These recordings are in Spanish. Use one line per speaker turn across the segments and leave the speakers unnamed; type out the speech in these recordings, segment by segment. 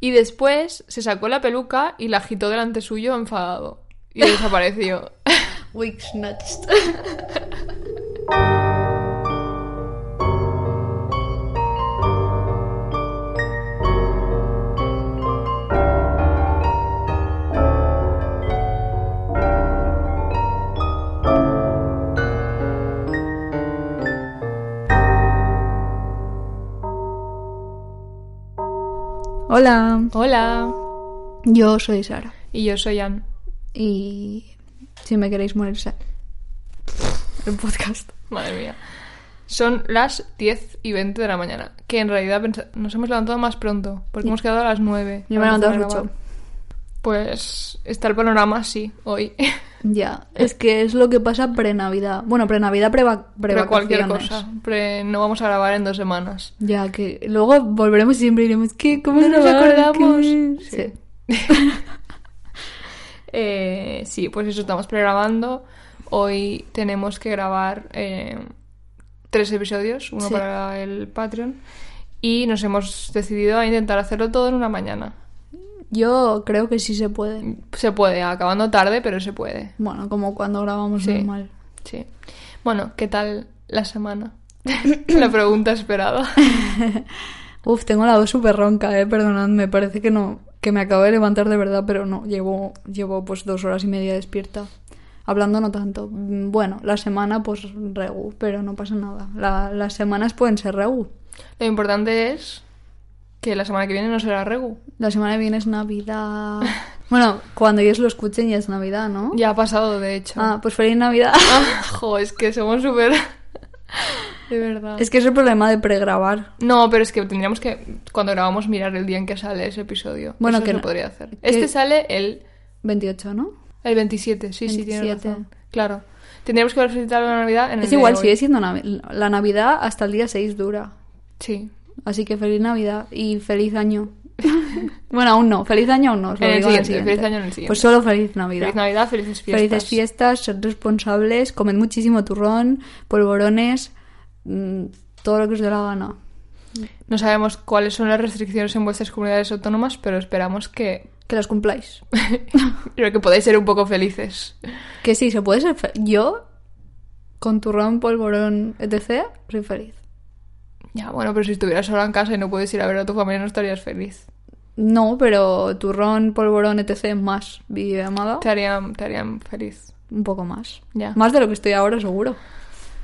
Y después se sacó la peluca y la agitó delante suyo enfadado. Y desapareció.
Wig snatched. Hola,
Hola.
yo soy Sara
Y yo soy Ann.
y si me queréis morir sal. El podcast.
Madre mía. Son las 10 y 20 de la mañana. Que en realidad pensa- nos hemos levantado más pronto. Porque hemos quedado a las 9.
Yo me he
para
levantado a las
empezar a
8.
grabar. Pues está el panorama así, hoy.
Ya, es que es lo que pasa pre-Navidad. Bueno, pre-Navidad, pre-va-
Eh. Pero cualquier
pre-vacaciones.
cosa. Pre- no vamos a grabar en dos semanas.
Ya, que luego volveremos y siempre iremos, ¿qué? ¿Cómo
No
nos
nos
acordamos?
acordamos.
Sí.
Sí. Eh, sí, pues eso, estamos pregrabando. Hoy tenemos que grabar eh, tres episodios, uno
Sí.
para el Patreon. Y nos hemos decidido a intentar hacerlo todo en una mañana.
Yo creo que sí se puede.
Se puede, acabando tarde, pero se puede.
Bueno, como cuando grabamos
Sí.
Pues normal.
Sí. Bueno, ¿qué tal la semana? la pregunta esperada.
Uf, tengo la voz súper ronca, eh, perdonadme, parece que no, que me acabo de levantar de verdad, pero no, llevo, llevo pues dos horas y media despierta. Hablando no tanto. Mm, Bueno, la semana pues regu, pero no pasa nada. La- las semanas pueden ser regu.
Lo importante es que la semana que viene no será Regu.
La semana que viene es Navidad. Bueno, cuando ellos lo escuchen ya es Navidad, ¿no?
Ya ha pasado, de hecho.
Ah, pues feliz Navidad.
Ah, jo, es que somos súper... de verdad.
Es que es el problema de pregrabar.
No, pero es que tendríamos que, cuando grabamos, mirar el día en que sale ese episodio.
Bueno,
Eso
que
se
no-
podría hacer.
que-
Este sale el,
28, ¿no?
el 27, sí, sí, tienes
27.
razón. Claro. Tendríamos que haber felicitado la Navidad en ¿eh? el
Es
día
igual,
de hoy.
sigue siendo Navi- la Navidad hasta el día 6 dura.
Sí.
Así que feliz Navidad y feliz año. bueno, aún no. Feliz año aún no. os lo
En el
digo
siguiente, feliz año en el siguiente.
Pues solo feliz Navidad.
Feliz Navidad, felices fiestas.
Felices fiestas, sed responsables, comed muchísimo turrón, polvorones, mm, todo lo que os dé la gana.
No sabemos cuáles son las restricciones en vuestras comunidades autónomas, pero esperamos que...
Que las cumpláis.
Creo que podáis ser un poco felices.
que sí, se puede ser fe- Yo, con turrón, polvorón, etc., soy feliz.
Ya, bueno, pero si estuvieras sola en casa y no puedes ir a ver a tu familia, no estarías feliz.
No, pero turrón, polvorón, etc., más videollamada,
Te harían, te harían feliz.
un poco más.
Ya.
Más de lo que estoy ahora, seguro.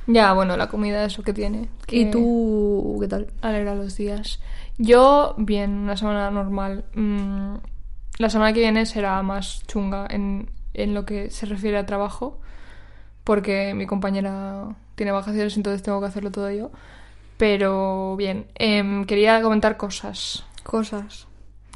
Ya, bueno, la comida es lo que tiene. Que
¿Y tú qué tal?
Alegra los días. Yo, bien, una semana normal. Mm, la semana que viene será más chunga en, en lo que se refiere a trabajo, porque mi compañera tiene vacaciones, entonces tengo que hacerlo todo yo. Pero bien, em, quería comentar cosas.
Cosas.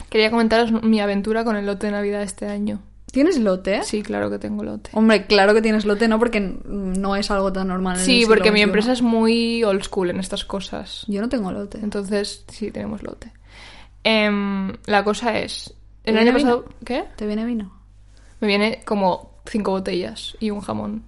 Quería comentaros mi aventura con el lote de Navidad este año.
¿Tienes lote?
Sí, claro que tengo lote.
¿Eh? Hombre, claro que tienes lote, ¿no? Porque n- no es algo tan normal. en el
Sí,
siglo
porque mi
XXI.
empresa es muy old school en estas cosas.
Yo no tengo lote.
Entonces, sí, tenemos lote. Em, la cosa es. El
¿Te
año
viene
pasado. ¿Qué?
¿Te viene vino?
Me viene como cinco botellas y un jamón.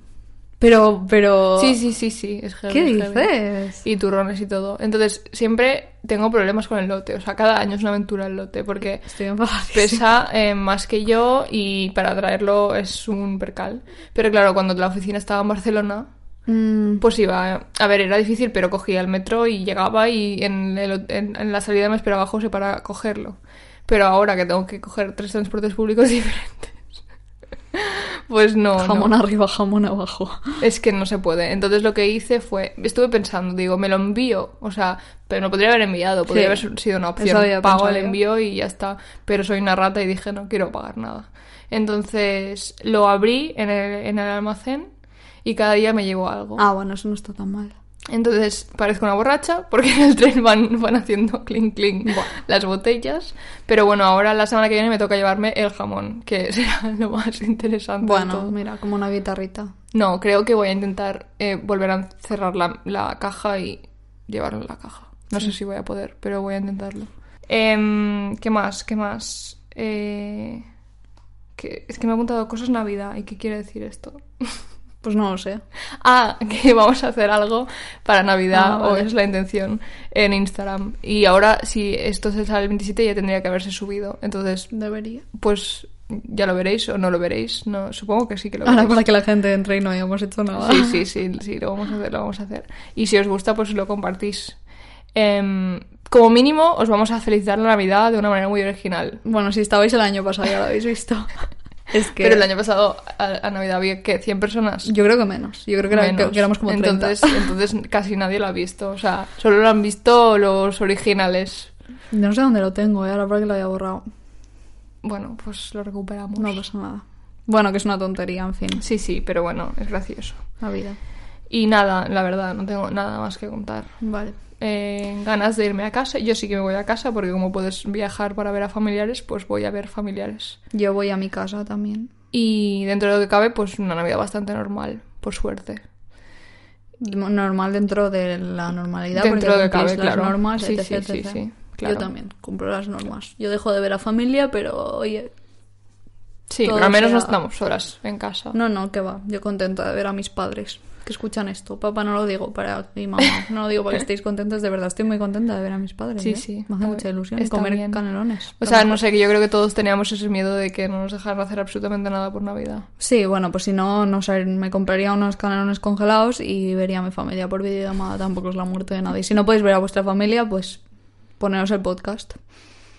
Pero, pero...
Sí, sí, sí, sí. Es heavy,
Oh. ¿Qué
es heavy.
dices?
Y turrones y todo. Entonces, siempre tengo problemas con el lote. O sea, cada año es una aventura el lote porque
Estoy enfadadísima.
pesa eh, más que yo y para traerlo es un percal. Pero claro, cuando la oficina estaba en Barcelona,
Mm,
Pues iba, a ver, era difícil, pero cogía el metro y llegaba y en, el- en- en la salida me esperaba José para cogerlo. Pero ahora que tengo que coger tres transportes públicos diferentes, pues no, no.
jamón arriba, jamón abajo.
Es que no se puede. Entonces lo que hice fue, estuve pensando, digo, me lo envío, o sea, pero no podría haber enviado, podría
Sí.
haber sido una
Eso
opción.
había
Pago el
pensado yo.
envío y ya está. Pero soy una rata y dije, no quiero pagar nada. Entonces lo abrí en el, en el almacén y cada día me llegó algo.
Ah, bueno, eso no está tan mal.
Entonces parezco una borracha porque en el tren van, van haciendo clink clink las botellas. Pero bueno, ahora la semana que viene me toca llevarme el jamón, que será lo más interesante. de
Bueno,
todo.
mira, como una guitarrita.
No, creo que voy a intentar eh, volver a cerrar la, la caja y llevarlo en la caja. No sé si voy a poder, pero voy a intentarlo. Em, ¿Qué más? ¿Qué más? Eh, que- es que me he apuntado cosas Navidad. ¿Y qué quiere decir esto?
Pues no lo sé.
Ah, que vamos a hacer algo para Navidad,
Ah, vale.
o es la intención, en Instagram. Y ahora, si esto se sale el 27, ya tendría que haberse subido. Entonces,
Debería.
pues ya lo veréis o no lo veréis. No, supongo que sí que lo
Ahora
veréis.
para Ah, que la gente entre y no hayamos hecho nada.
Sí, sí, sí, sí, lo vamos a hacer, lo vamos a hacer. Y si os gusta, pues lo compartís. Em, como mínimo, os vamos a felicitar la Navidad de una manera muy original.
Bueno, si estabais el año pasado ya lo habéis visto. es que
Pero el año pasado a, a Navidad había que 100 personas.
yo creo que menos. Yo creo que, era- que-
Menos.
que éramos como 30.
entonces, entonces casi nadie lo ha visto. O sea, solo lo han visto los originales.
No sé dónde lo tengo, eh, ahora para que lo haya borrado.
Bueno, pues lo recuperamos.
No pasa nada. Bueno, que es una tontería, en fin.
Sí, sí, pero bueno, es gracioso.
La vida.
Y nada, la verdad, no tengo nada más que contar.
Vale.
Eh, ganas de irme a casa. Yo sí que me voy a casa porque como puedes viajar para ver a familiares, pues voy a ver familiares.
Yo voy a mi casa también.
Y dentro de lo que cabe, pues una Navidad bastante normal, por suerte.
Normal dentro de la normalidad.
Mm. Dentro
porque
de lo que
cumplís
cabe,
las
claro.
normas,
Sí,
etc,
sí, sí,
etc..
sí, claro.
Yo también cumplo las normas. Yo dejo de ver a familia, pero oye...
Sí,
Todo
pero al menos no
sea-
estamos solas en casa.
No, no, que va. Yo contenta de ver a mis padres que escuchan esto. Papá, no lo digo para mi mamá. No lo digo para que estéis contentos. De verdad, estoy muy contenta de ver a mis padres.
Sí,
¿eh?
sí.
Me hace
A
mucha
ver,
ilusión. Y
está
comer
bien.
canelones.
O sea, no sé, que yo creo que todos teníamos ese miedo de que no nos dejaran hacer absolutamente nada por Navidad.
Sí, bueno, pues si no, no sé, me compraría unos canelones congelados y vería a mi familia por videollamada. Tampoco es la muerte de nadie. Si no podéis ver a vuestra familia, pues poneros el podcast.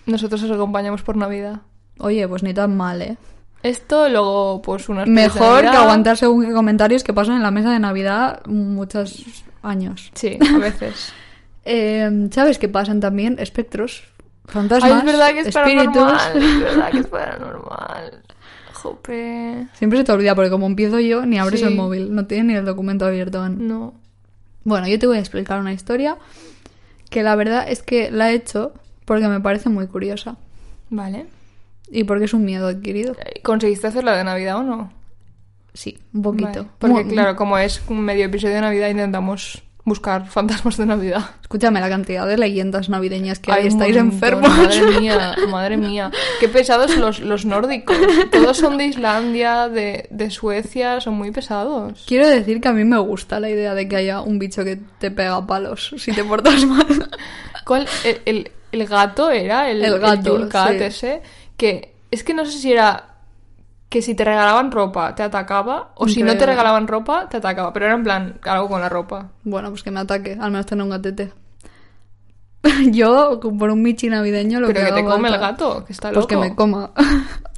Nosotros os acompañamos por Navidad.
Oye, pues ni tan mal, ¿eh?
Esto, luego, pues unas. pelis de
Mejor que
Navidad.
aguantar según qué comentarios que pasan en la mesa de Navidad muchos años.
Sí, a veces.
Eh, ¿Sabes qué pasan también? Espectros, fantasmas,
Ay, es verdad que es
espíritus.
paranormal. Es verdad que es paranormal. Jope.
Siempre se te olvida porque como empiezo yo, ni abres
Sí.
el móvil, no tienes ni el documento abierto. aún.
No.
Bueno, yo te voy a explicar una historia que la verdad es que la he hecho porque me parece muy curiosa
Vale.
y porque es un miedo adquirido.
¿Conseguiste hacer la de Navidad o no?
Sí, un poquito.
Vale, Porque,
Mu-
claro, como es un medio episodio de Navidad, intentamos buscar fantasmas de Navidad.
Escúchame la cantidad de leyendas navideñas que hay,
Ay, un
estáis
montón,
enfermos.
Madre mía, madre mía. Qué pesados los, los nórdicos. Todos son de Islandia, de, de Suecia, son muy pesados.
Quiero decir que a mí me gusta la idea de que haya un bicho que te pega palos si te portas mal.
¿Cuál? El, el- el gato era el,
El gato,
Yulkat
sí.
ese. Que es que no sé si era que si te regalaban ropa te atacaba o si no te
Increíble.
regalaban ropa te atacaba. Pero era en plan algo con la ropa.
Bueno, pues que me ataque, al menos tener un gatete. Yo, por un michi navideño, lo
Pero
que
que te
hago
come el
falta-
gato, que está
Pues
loco.
que me coma.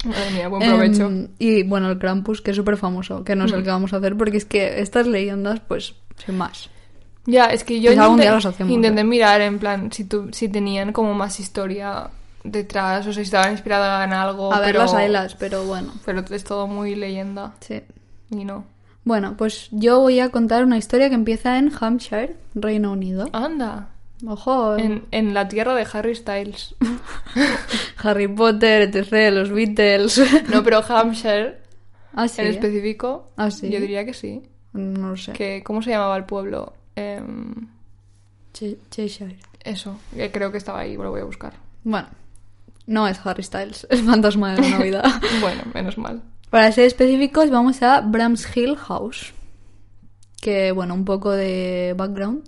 Madre mía, buen provecho.
Em, y bueno, el Krampus, que es súper famoso, que no es el que vamos a hacer, porque es que estas leyendas, pues, sin más.
Ya, es que yo
Pues algún
intenté,
día los hacemos,
intenté
¿eh?
mirar en plan si, tu- si tenían como más historia detrás o si estaban inspiradas en algo.
a ver
Oh, pero,
las ailas, pero bueno.
Pero es todo muy leyenda
Sí.
y no.
Bueno, pues yo voy a contar una historia que empieza en Hampshire, Reino Unido.
Anda,
Ojo,
en, en la tierra de Harry Styles.
Harry Potter, etc., los Beatles.
No, pero Hampshire
ah, sí.
en específico.
Ah, sí.
Yo diría que sí.
No lo sé.
Que, ¿Cómo se llamaba el pueblo? Em,
Che- Cheshire.
eso, que creo que estaba ahí, lo voy a buscar.
Bueno, no es Harry Styles, es fantasma de la Navidad.
Bueno, menos mal.
Para ser específicos, vamos a Bramshill House. Que, bueno, un poco de background.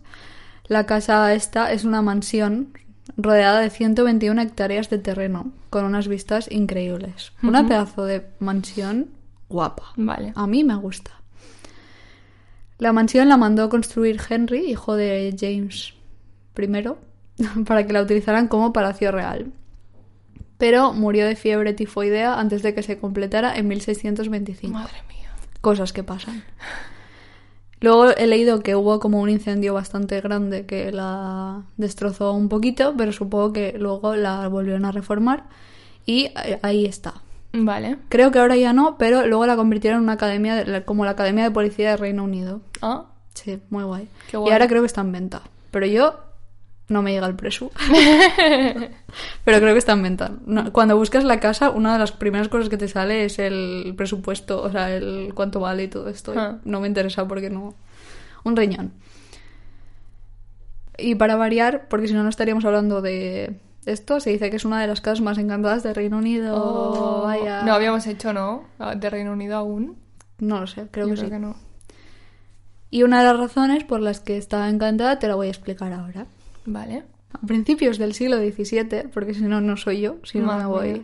La casa esta es una mansión rodeada de 121 hectáreas de terreno, con unas vistas increíbles. Una pedazo de mansión guapa.
Vale.
A mí me gusta. La mansión la mandó construir Henry, hijo de James I, para que la utilizaran como palacio real. Pero murió de fiebre tifoidea antes de que se completara en 1625.
Madre mía.
Cosas que pasan. Luego he leído que hubo como un incendio bastante grande que la destrozó un poquito, pero supongo que luego la volvieron a reformar y eh, ahí está.
Vale.
Creo que ahora ya no, pero luego la convirtieron en una academia de- la- como la Academia de Policía de Reino Unido.
Ah,
Sí, muy guay.
Qué
Y
guay.
ahora creo que está en venta. Pero yo no me llega el precio. Pero creo que está en venta. No, cuando buscas la casa, una de las primeras cosas que te sale es el presupuesto, o sea, el cuánto vale y todo esto.
Ah.
No me interesa porque no. Un riñón. Y para variar, porque si no, no estaríamos hablando de esto, se dice que es una de las casas más encantadas de Reino Unido.
Oh,
vaya.
No habíamos hecho, ¿no? Ah, De Reino Unido aún.
No lo sé, creo
Yo
que
creo
sí.
que no.
Y una de las razones por las que está encantada te la voy a explicar ahora.
Vale.
A principios del siglo XVII, porque si no, no soy yo, si no
Madre
me voy.
mía.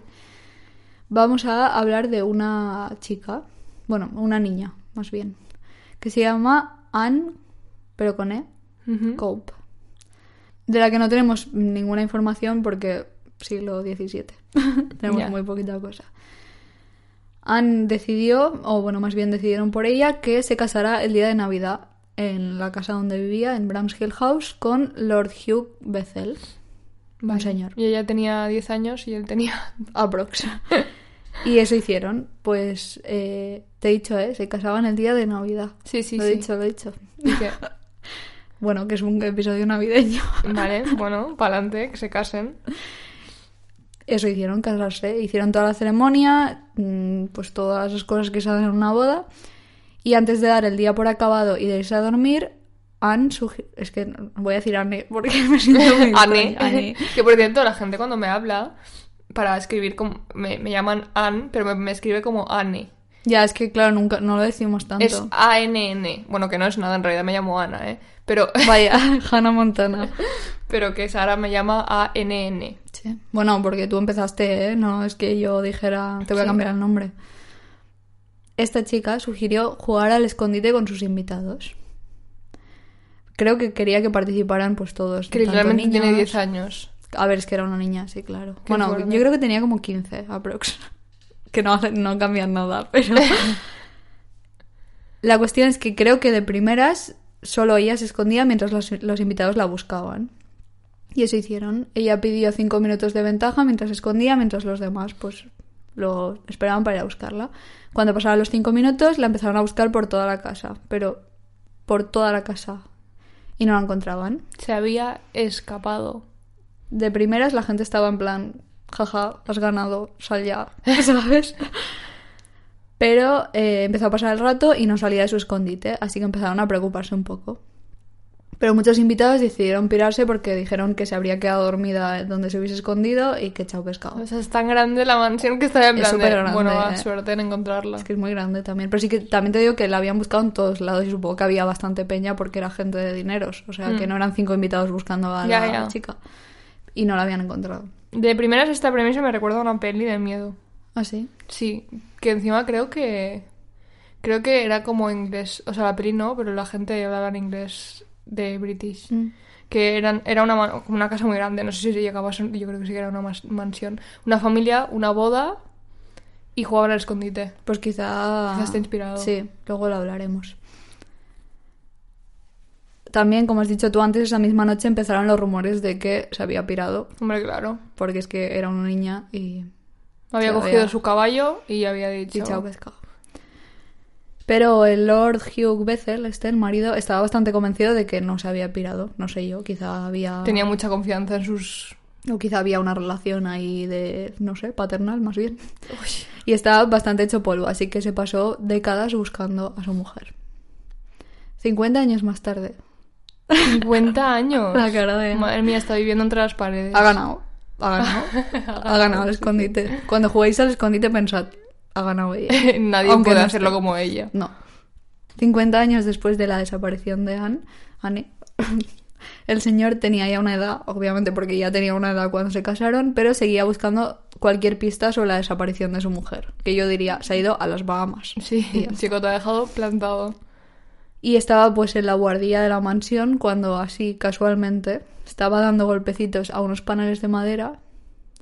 Vamos a hablar de una chica, bueno, una niña, más bien, que se llama Anne, pero con E,
Ujú.
Cope, de la que no tenemos ninguna información porque siglo XVII, tenemos
Ya.
muy poquita cosa. Anne decidió, o bueno, más bien decidieron por ella, que se casará el día de Navidad en la casa donde vivía, en Bramshill House, con Lord Hugh Bethel.
Vale.
señor.
Y ella tenía 10 años y él tenía.
Aprox. Y eso hicieron. Pues eh, te he dicho, ¿eh? Se casaban el día de Navidad.
Sí, sí,
lo he
sí.
dicho, lo he dicho.
Y que-
Bueno, que es un episodio navideño.
Vale, bueno, pa'lante, que se casen.
Eso hicieron, casarse. Hicieron toda la ceremonia, mm, pues todas las cosas que se hacen en una boda. Y antes de dar el día por acabado y de irse a dormir, Anne sugi- Es que no- voy a decir Anne porque me siento muy
Anne.
extraña. Anne.
Que por cierto, la gente cuando me habla para escribir, como, me, me llaman Anne, pero me, me escribe como Anne.
Ya, es que claro, nunca, no lo decimos tanto.
Es A-N-N. Bueno, que no es nada, en realidad me llamo Ana, ¿eh? Pero,
Vaya, Hannah Montana.
pero que Sara me llama A-N-N.
Sí. Bueno, porque tú empezaste, ¿eh? No es que yo dijera, te voy a
Sí.
cambiar el nombre. Esta chica sugirió jugar al escondite con sus invitados. Creo que quería que participaran pues todos.
Que
tanto
literalmente tiene
niños-
10 años.
A ver, es que era una niña, sí, claro.
Qué
bueno,
fuerte.
yo creo que tenía como 15, aprox. Que no, hacen- no cambian nada, pero... la cuestión es que creo que de primeras solo ella se escondía mientras los, los invitados la buscaban. Y eso hicieron. Ella pidió cinco minutos de ventaja mientras se escondía, mientras los demás pues lo esperaban para ir a buscarla. Cuando pasaban los cinco minutos la empezaron a buscar por toda la casa, pero por toda la casa. Y no la encontraban.
Se había escapado.
De primeras la gente estaba en plan, jaja, has ganado, sal ya, ¿sabes? Pero eh, empezó a pasar el rato y no salía de su escondite, así que empezaron a preocuparse un poco. Pero muchos invitados decidieron pirarse porque dijeron que se habría quedado dormida donde se hubiese escondido y que chao pescado.
O sea, es tan grande la mansión que estaba en
Oh. Es
plan de,
supergrande,
Bueno, va,
eh.
suerte en encontrarla.
Es que es muy grande también. Pero sí que también te digo que la habían buscado en todos lados y supongo que había bastante peña porque era gente de dineros. O sea, que no eran cinco invitados buscando a
Mm. Ya,
la
ya.
chica. Y no la habían encontrado.
De primeras esta premisa me recuerda a una peli de miedo.
Así.
Ah, Sí, que encima creo que... Creo que era como inglés, o sea, la peli no, pero la gente hablaba en inglés de British.
Mm.
Que eran, era una, ma- como una casa muy grande, no sé si llegaba a ser- yo creo que sí que era una mas- mansión. Una familia, una boda y jugaban al escondite.
Pues quizá...
Quizá esté inspirado.
Sí, luego lo hablaremos. También, como has dicho tú antes, esa misma noche empezaron los rumores de que se había pirado,
Hombre, claro.
porque es que era una niña y...
Había
Se
cogido
había-
su caballo y había dicho...
y chao pescado. Pero el Lord Hugh Bethel, este, el marido, estaba bastante convencido de que no se había pirado. No sé yo, quizá había...
Tenía mucha confianza en sus...
O quizá había una relación ahí de, no sé, paternal más bien. Y estaba bastante hecho polvo, así que se pasó décadas buscando a su mujer. 50 años más tarde.
50 años.
La cara de-
Madre mía, está viviendo entre las paredes.
Ha ganado. Ha ganado. ha ganado el escondite. Cuando juguéis al escondite pensad, ha ganado ella.
Nadie
Aunque
puede
no
hacerlo
esté.
como ella.
No. 50 años después de la desaparición de Anne, Anne, el señor tenía ya una edad, obviamente porque ya tenía una edad cuando se casaron, pero seguía buscando cualquier pista sobre la desaparición de su mujer, que yo diría, se ha ido a las Bahamas.
Sí,
Y ya
el chico te ha dejado plantado.
Y estaba pues en la guardia de la mansión cuando así casualmente estaba dando golpecitos a unos paneles de madera,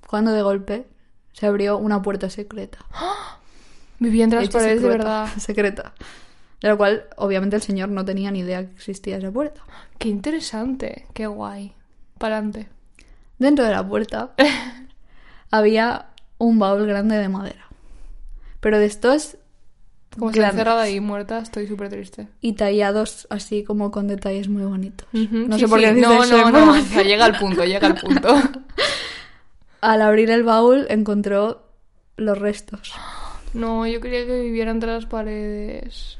cuando de golpe se abrió una puerta secreta.
Vivía entre las
Hecho
paredes de
secreta,
verdad.
Secreta. De la cual obviamente el señor no tenía ni idea que existía esa puerta.
Qué interesante, qué guay. Pa'lante.
Dentro de la puerta había un baúl grande de madera. Pero de estos
Como estoy
grandes.
encerrada y muerta, estoy súper triste.
Y tallados así como con detalles muy bonitos.
Ujú,
No
sí,
sé por
sí,
qué dices
No,
eso,
no,
pero-
no. O sea, llega al punto, llega al punto.
Al abrir el baúl encontró los restos.
No, yo quería que viviera entre las paredes.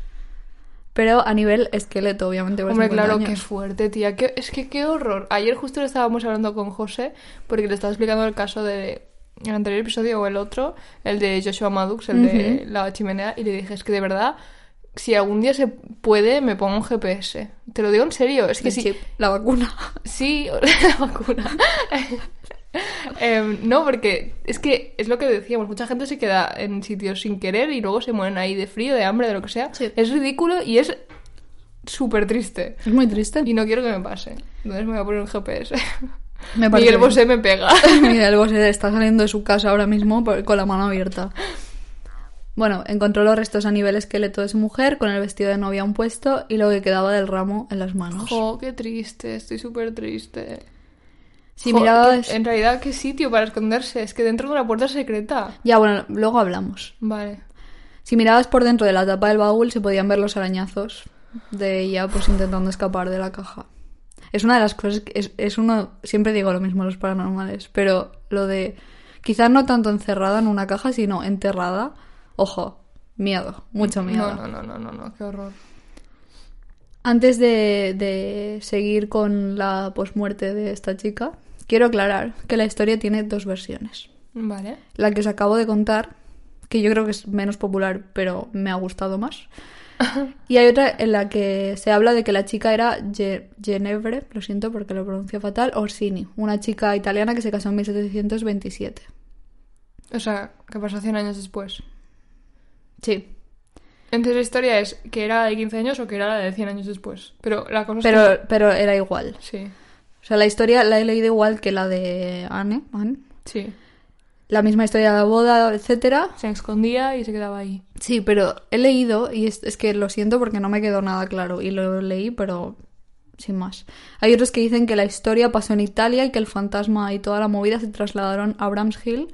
Pero a nivel esqueleto, obviamente. por
Hombre,
50
claro,
años.
qué fuerte, tía. Qué- es que qué horror. Ayer justo lo estábamos hablando con José porque le estaba explicando el caso de el anterior episodio o el otro, el de Joshua Maddox, el de la chimenea, y le dije, es que de verdad, si algún día se puede, me pongo un GPS. Te lo digo en serio, es que
El
sí.
chip, la vacuna.
Sí, la vacuna. Em, no, porque es que es lo que decíamos, mucha gente se queda en sitios sin querer y luego se mueren ahí de frío, de hambre, de lo que sea.
Sí.
Es ridículo y es súper triste.
Es muy triste.
Y no quiero que me pase. Entonces me voy a poner un GPS.
Me parece
Miguel
bien.
Bosé me pega.
Miguel Bosé está saliendo de su casa ahora mismo por- con la mano abierta. Bueno, encontró los restos a nivel esqueleto de su mujer con el vestido de novia aún puesto y lo que quedaba del ramo en las manos.
Jo, qué triste, estoy súper triste.
si
Jo,
mirabas...
que- En realidad, ¿qué sitio para esconderse? Es que dentro de una puerta secreta.
Ya, bueno, luego hablamos.
Vale.
Si mirabas por dentro de la tapa del baúl se podían ver los arañazos de ella pues intentando escapar de la caja. Es una de las cosas que es, es uno, siempre digo lo mismo a los paranormales, pero lo de quizás no tanto encerrada en una caja, sino enterrada, ojo, miedo, mucho miedo.
No, no, no, no, no, no, qué horror.
Antes de, de seguir con la posmuerte de esta chica, quiero aclarar que la historia tiene dos versiones.
Vale.
La que os acabo de contar, que yo creo que es menos popular, pero me ha gustado más. Y hay otra en la que se habla de que la chica era Ge- Genevre, lo siento porque lo pronuncio fatal, Orsini, una chica italiana que se casó en 1727.
O sea, ¿qué pasó 100 años después?
Sí,
Entonces la historia es que era la de 15 años o que era la de 100 años después. Pero la cosa es
pero, pero era igual.
que... Sí,
O sea, la historia la he leído igual que la de Anne, Anne.
sí.
la misma historia de la boda, etcétera,
Se escondía y se quedaba ahí.
Sí, pero he leído, y es, es que lo siento porque no me quedó nada claro, y lo leí, pero sin más. Hay otros que dicen que la historia pasó en Italia y que el fantasma y toda la movida se trasladaron a Brams Hill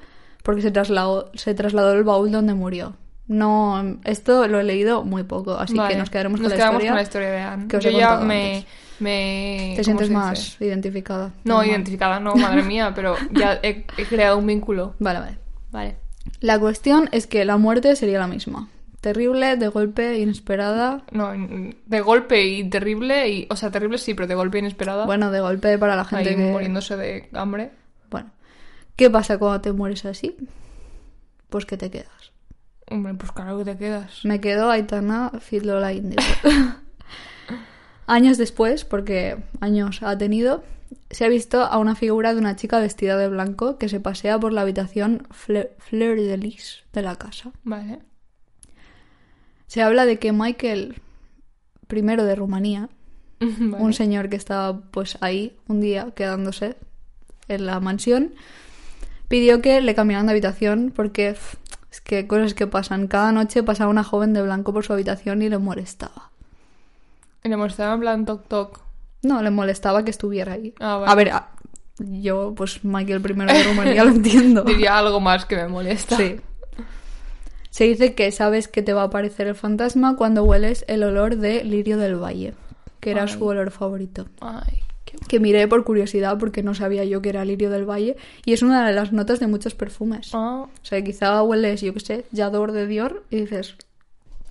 porque se trasladó, se trasladó el baúl donde murió. No, esto lo he leído muy poco, así
Vale,
que nos quedaremos, con, la
quedamos
historia.
con la historia de Anne.
que os
Yo
he
ya
contado
me...
antes.
me
Te
¿cómo
sientes
se dice?
más identificada.
No,
normal.
identificada no, madre mía, pero ya he, he creado un vínculo.
Vale, vale.
Vale.
La cuestión es que la muerte sería la misma. Terrible, de golpe, inesperada.
No, en- de golpe y terrible, y, o sea, terrible sí, pero de golpe inesperada.
Bueno, de golpe para la
ahí
gente que...
muriéndose de hambre.
Bueno, ¿qué pasa cuando te mueres así? Pues que te quedas.
Hombre, pues claro que te quedas.
Me quedo Aitana Fitlola Indigo. años después, porque años ha tenido, se ha visto a una figura de una chica vestida de blanco que se pasea por la habitación fle- Fleur de Lis de la casa.
Vale.
Se habla de que Michael, primero de Rumanía,
Vale.
un señor que estaba pues ahí un día quedándose en la mansión pidió que le cambiaran de habitación porque pf, es que cosas que pasan cada noche pasaba una joven de blanco por su habitación y le molestaba
Y le mostraba en plan toc toc.
no le molestaba que estuviera ahí
Ah, vale.
a ver a- yo pues Michael primero de Rumanía lo entiendo
Diría algo más que me molesta.
sí se dice que sabes que te va a aparecer el fantasma cuando hueles el olor de lirio del valle que era
Ay.
su olor favorito
Ay, qué...
que miré por curiosidad porque no sabía yo que era lirio del valle y es una de las notas de muchos perfumes.
Ah,
O sea, quizá hueles, yo qué sé, Yador de Dior y dices,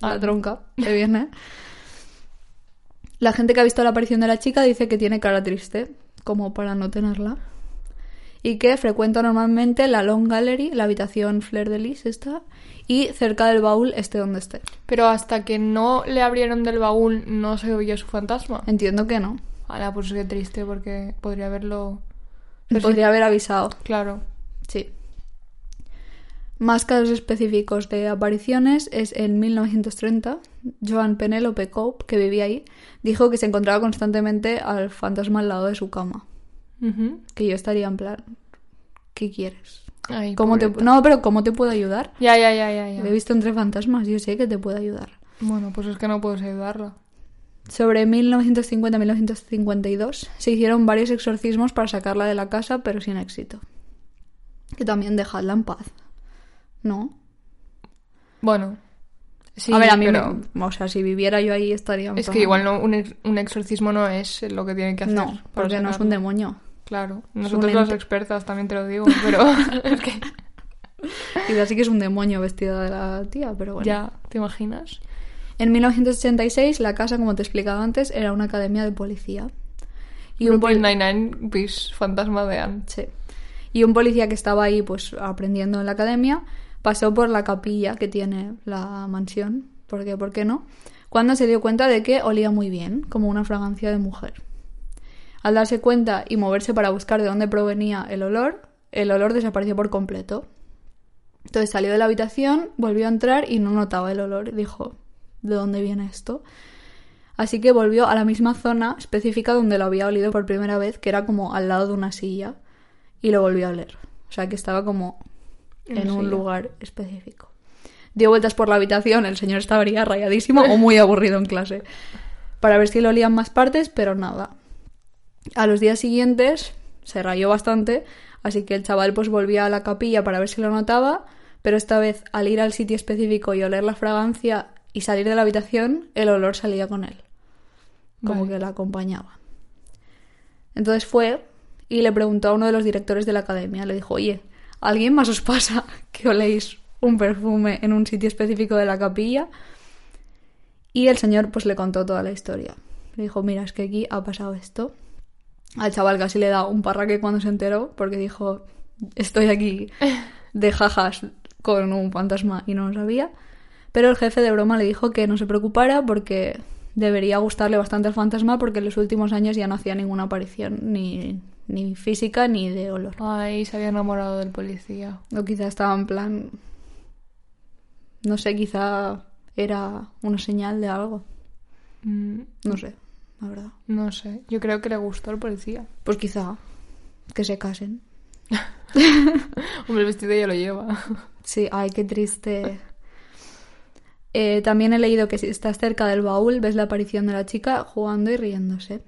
Ah.
la tronca, te viene. La gente que ha visto la aparición de la chica dice que tiene cara triste, como para no tenerla. Y que frecuenta normalmente la Long Gallery, la habitación Flair de Lis, esta, y cerca del baúl esté donde esté.
Pero hasta que no le abrieron del baúl no se oía su fantasma.
Entiendo que no.
Ahora pues qué triste porque podría haberlo...
Podría haber avisado.
Claro.
Sí. Más casos específicos de apariciones es en 1930, Joan Penelope Cope, que vivía ahí, dijo que se encontraba constantemente al fantasma al lado de su cama.
Ujú.
Que yo estaría en plan, ¿qué quieres?
Ay,
¿Cómo te,
pobre-
no, pero ¿cómo te puedo ayudar?
Ya, ya, ya, ya, ya.
He visto entre fantasmas, yo sé que te puedo ayudar.
Bueno, pues es que no puedes ayudarla.
Sobre 1950-1952 se hicieron varios exorcismos para sacarla de la casa, pero sin éxito. Que también dejadla en paz. ¿No?
Bueno, Sí,
a ver, a mí
pero
me- O sea, si viviera yo ahí estaría... en
Es que
plan-
igual no, un, ex- un exorcismo no es lo que tienen que hacer.
No,
para
porque no es
sanarlo.
un demonio.
Claro,
un
nosotros las
ente.
expertas también te lo digo, pero es que
Quizás sí que es un demonio vestida de la tía, pero bueno.
ya, ¿te imaginas?
En 1986, la casa, como te explicaba antes, era una academia de policía.
Y
un
un
poli-
Nine-Nine bis fantasma de Anne.
Sí. Y un policía que estaba ahí, pues, aprendiendo en la academia, pasó por la capilla que tiene la mansión, porque, ¿por qué no? Cuando se dio cuenta de que olía muy bien, como una fragancia de mujer. Al darse cuenta y moverse para buscar de dónde provenía el olor, el olor desapareció por completo. Entonces salió de la habitación, volvió a entrar y no notaba el olor. Dijo, ¿de dónde viene esto? Así que volvió a la misma zona específica donde lo había olido por primera vez, que era como al lado de una silla, y lo volvió a oler. O sea que estaba como
En
en
la
un
silla.
lugar específico. Dio vueltas por la habitación, el señor estaría rayadísimo o muy aburrido en clase, para ver si lo olían más partes, pero nada. A los días siguientes se rayó bastante, así que el chaval pues volvía a la capilla para ver si lo notaba, pero esta vez al ir al sitio específico y oler la fragancia y salir de la habitación, el olor salía con él, como
Vale.
que la acompañaba. Entonces fue y le preguntó a uno de los directores de la academia, le dijo, oye, ¿a ¿alguien más os pasa que oléis un perfume en un sitio específico de la capilla? Y el señor pues le contó toda la historia. Le dijo, mira, es que aquí ha pasado esto. Al chaval casi le da un parraque cuando se enteró porque dijo, estoy aquí de jajas con un fantasma y no lo sabía. Pero el jefe de broma le dijo que no se preocupara porque debería gustarle bastante el fantasma porque en los últimos años ya no hacía ninguna aparición ni, ni física ni de olor.
Ay, se había enamorado del policía.
O quizá estaba en plan... No sé, quizá era una señal de algo.
Mm,
No sé, la verdad.
no sé, yo creo que le gustó al policía.
Pues quizá que se casen.
Hombre, el vestido ya lo lleva.
Sí, ay, qué triste. Eh, también he leído que si estás cerca del baúl ves la aparición de la chica jugando y riéndose.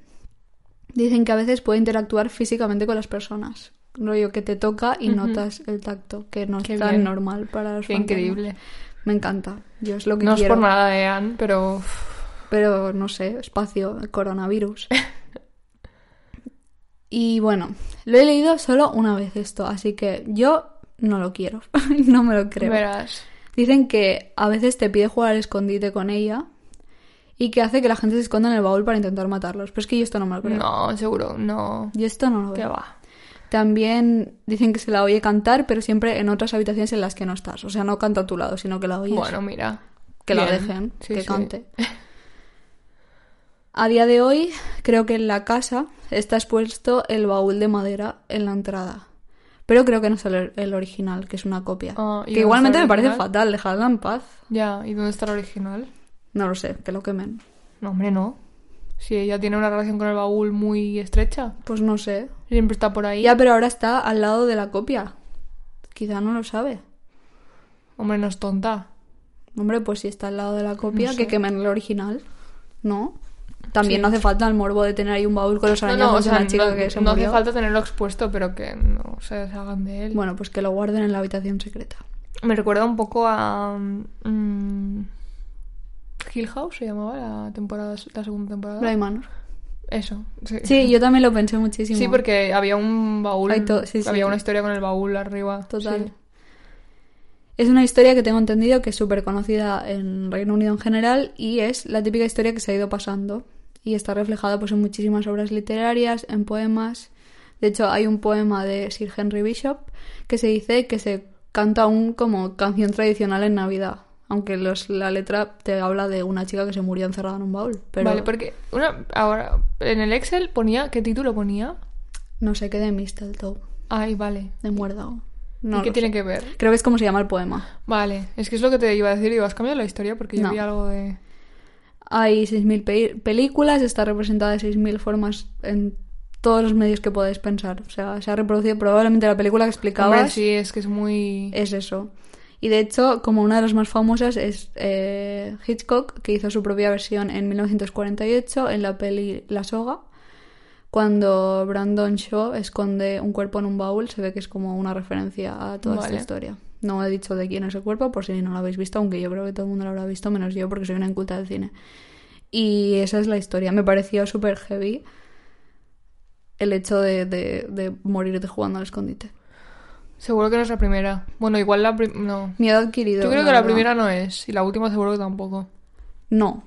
Dicen que a veces puede interactuar físicamente con las personas. Rollo que te toca y
Ujú.
notas el tacto, que no
Qué
es tan
bien.
normal para los
Qué
fantasmas.
increíble.
Me encanta. Yo es lo que
No es
quiero.
por nada de Anne, pero uf,
Pero no sé, espacio, coronavirus. Y bueno, lo he leído solo una vez esto, así que yo no lo quiero, no me lo creo.
verás.
Dicen que a veces te pide jugar al escondite con ella y que hace que la gente se esconda en el baúl para intentar matarlos. Pero es que yo esto no me lo creo.
No, seguro, no.
Yo esto no lo
¿Qué
veo.
va?
También dicen que se la oye cantar, pero siempre en otras habitaciones en las que no estás. O sea, no canta a tu lado, sino que la oyes.
Bueno, mira.
que la
Bien.
dejen,
Sí,
que
sí.
cante. A día de hoy, creo que en la casa está expuesto el baúl de madera en la entrada. Pero creo que no es el, el original, que es una copia.
Ah, ¿y
que
dónde está
igualmente
el
me parece
original?
fatal, dejadla en paz.
Ya, ¿y dónde está el original?
No lo sé, que lo quemen.
No, hombre, no. Si ella tiene una relación con el baúl muy estrecha,
Pues no sé.
siempre está por ahí.
Ya, pero ahora está al lado de la copia. Quizá no lo sabe.
Hombre, no es tonta.
Hombre, pues si está al lado de la copia,
sé.
que quemen el original. ¿No? También no hace falta el morbo de tener ahí un baúl con los
No,
arañazos
no, o sea,
de una chica
no,
que se
no hace
murió.
falta tenerlo expuesto, pero que no se deshagan de él.
Bueno, pues que lo guarden en la habitación secreta.
Me recuerda un poco a. mm, Hill House se llamaba la temporada la segunda temporada.
No hay manos.
Eso, sí.
Sí, yo también lo pensé muchísimo.
Ah. Sí, porque había un baúl.
Hay to- sí, sí,
había
sí.
una historia con el baúl arriba.
Total.
Sí.
Es una historia que tengo entendido que es súper conocida en Reino Unido en general y es la típica historia que se ha ido pasando y está reflejada pues en muchísimas obras literarias, en poemas. De hecho, hay un poema de Sir Henry Bishop que se dice que se canta aún como canción tradicional en Navidad, aunque los- la letra te habla de una chica que se murió encerrada en un baúl, pero
Vale, porque una, ahora en el Excel ponía qué título ponía.
no sé qué de Mistletoe,
Ay, vale.
de muérdago.
¿Y
No
qué
lo
tiene
sé.
que ver?
Creo que es como se llama el poema.
Vale, es que es lo que te iba a decir. Digo, has cambiado la historia porque yo
No.
vi algo de.
Hay 6.000 pe- películas, está representada de 6.000 formas en todos los medios que podáis pensar. O sea, se ha reproducido probablemente la película que explicabas.
Hombre, sí, es que es muy.
Es eso. Y de hecho, como una de las más famosas es eh, Hitchcock, que hizo su propia versión en 1948 en la peli La Soga. Cuando Brandon Shaw esconde un cuerpo en un baúl, se ve que es como una referencia a toda esta
Vale.
historia. No he dicho de quién es el cuerpo, por si no lo habéis visto, aunque yo creo que todo el mundo lo habrá visto, menos yo, porque soy una inculta del cine. Y esa es la historia. Me pareció súper heavy el hecho de, de, de morirte jugando al escondite.
Seguro que no es la primera. Bueno, igual la prim- No.
Miedo adquirido.
Yo creo que
verdad.
la primera no es. Y la última seguro que tampoco.
No.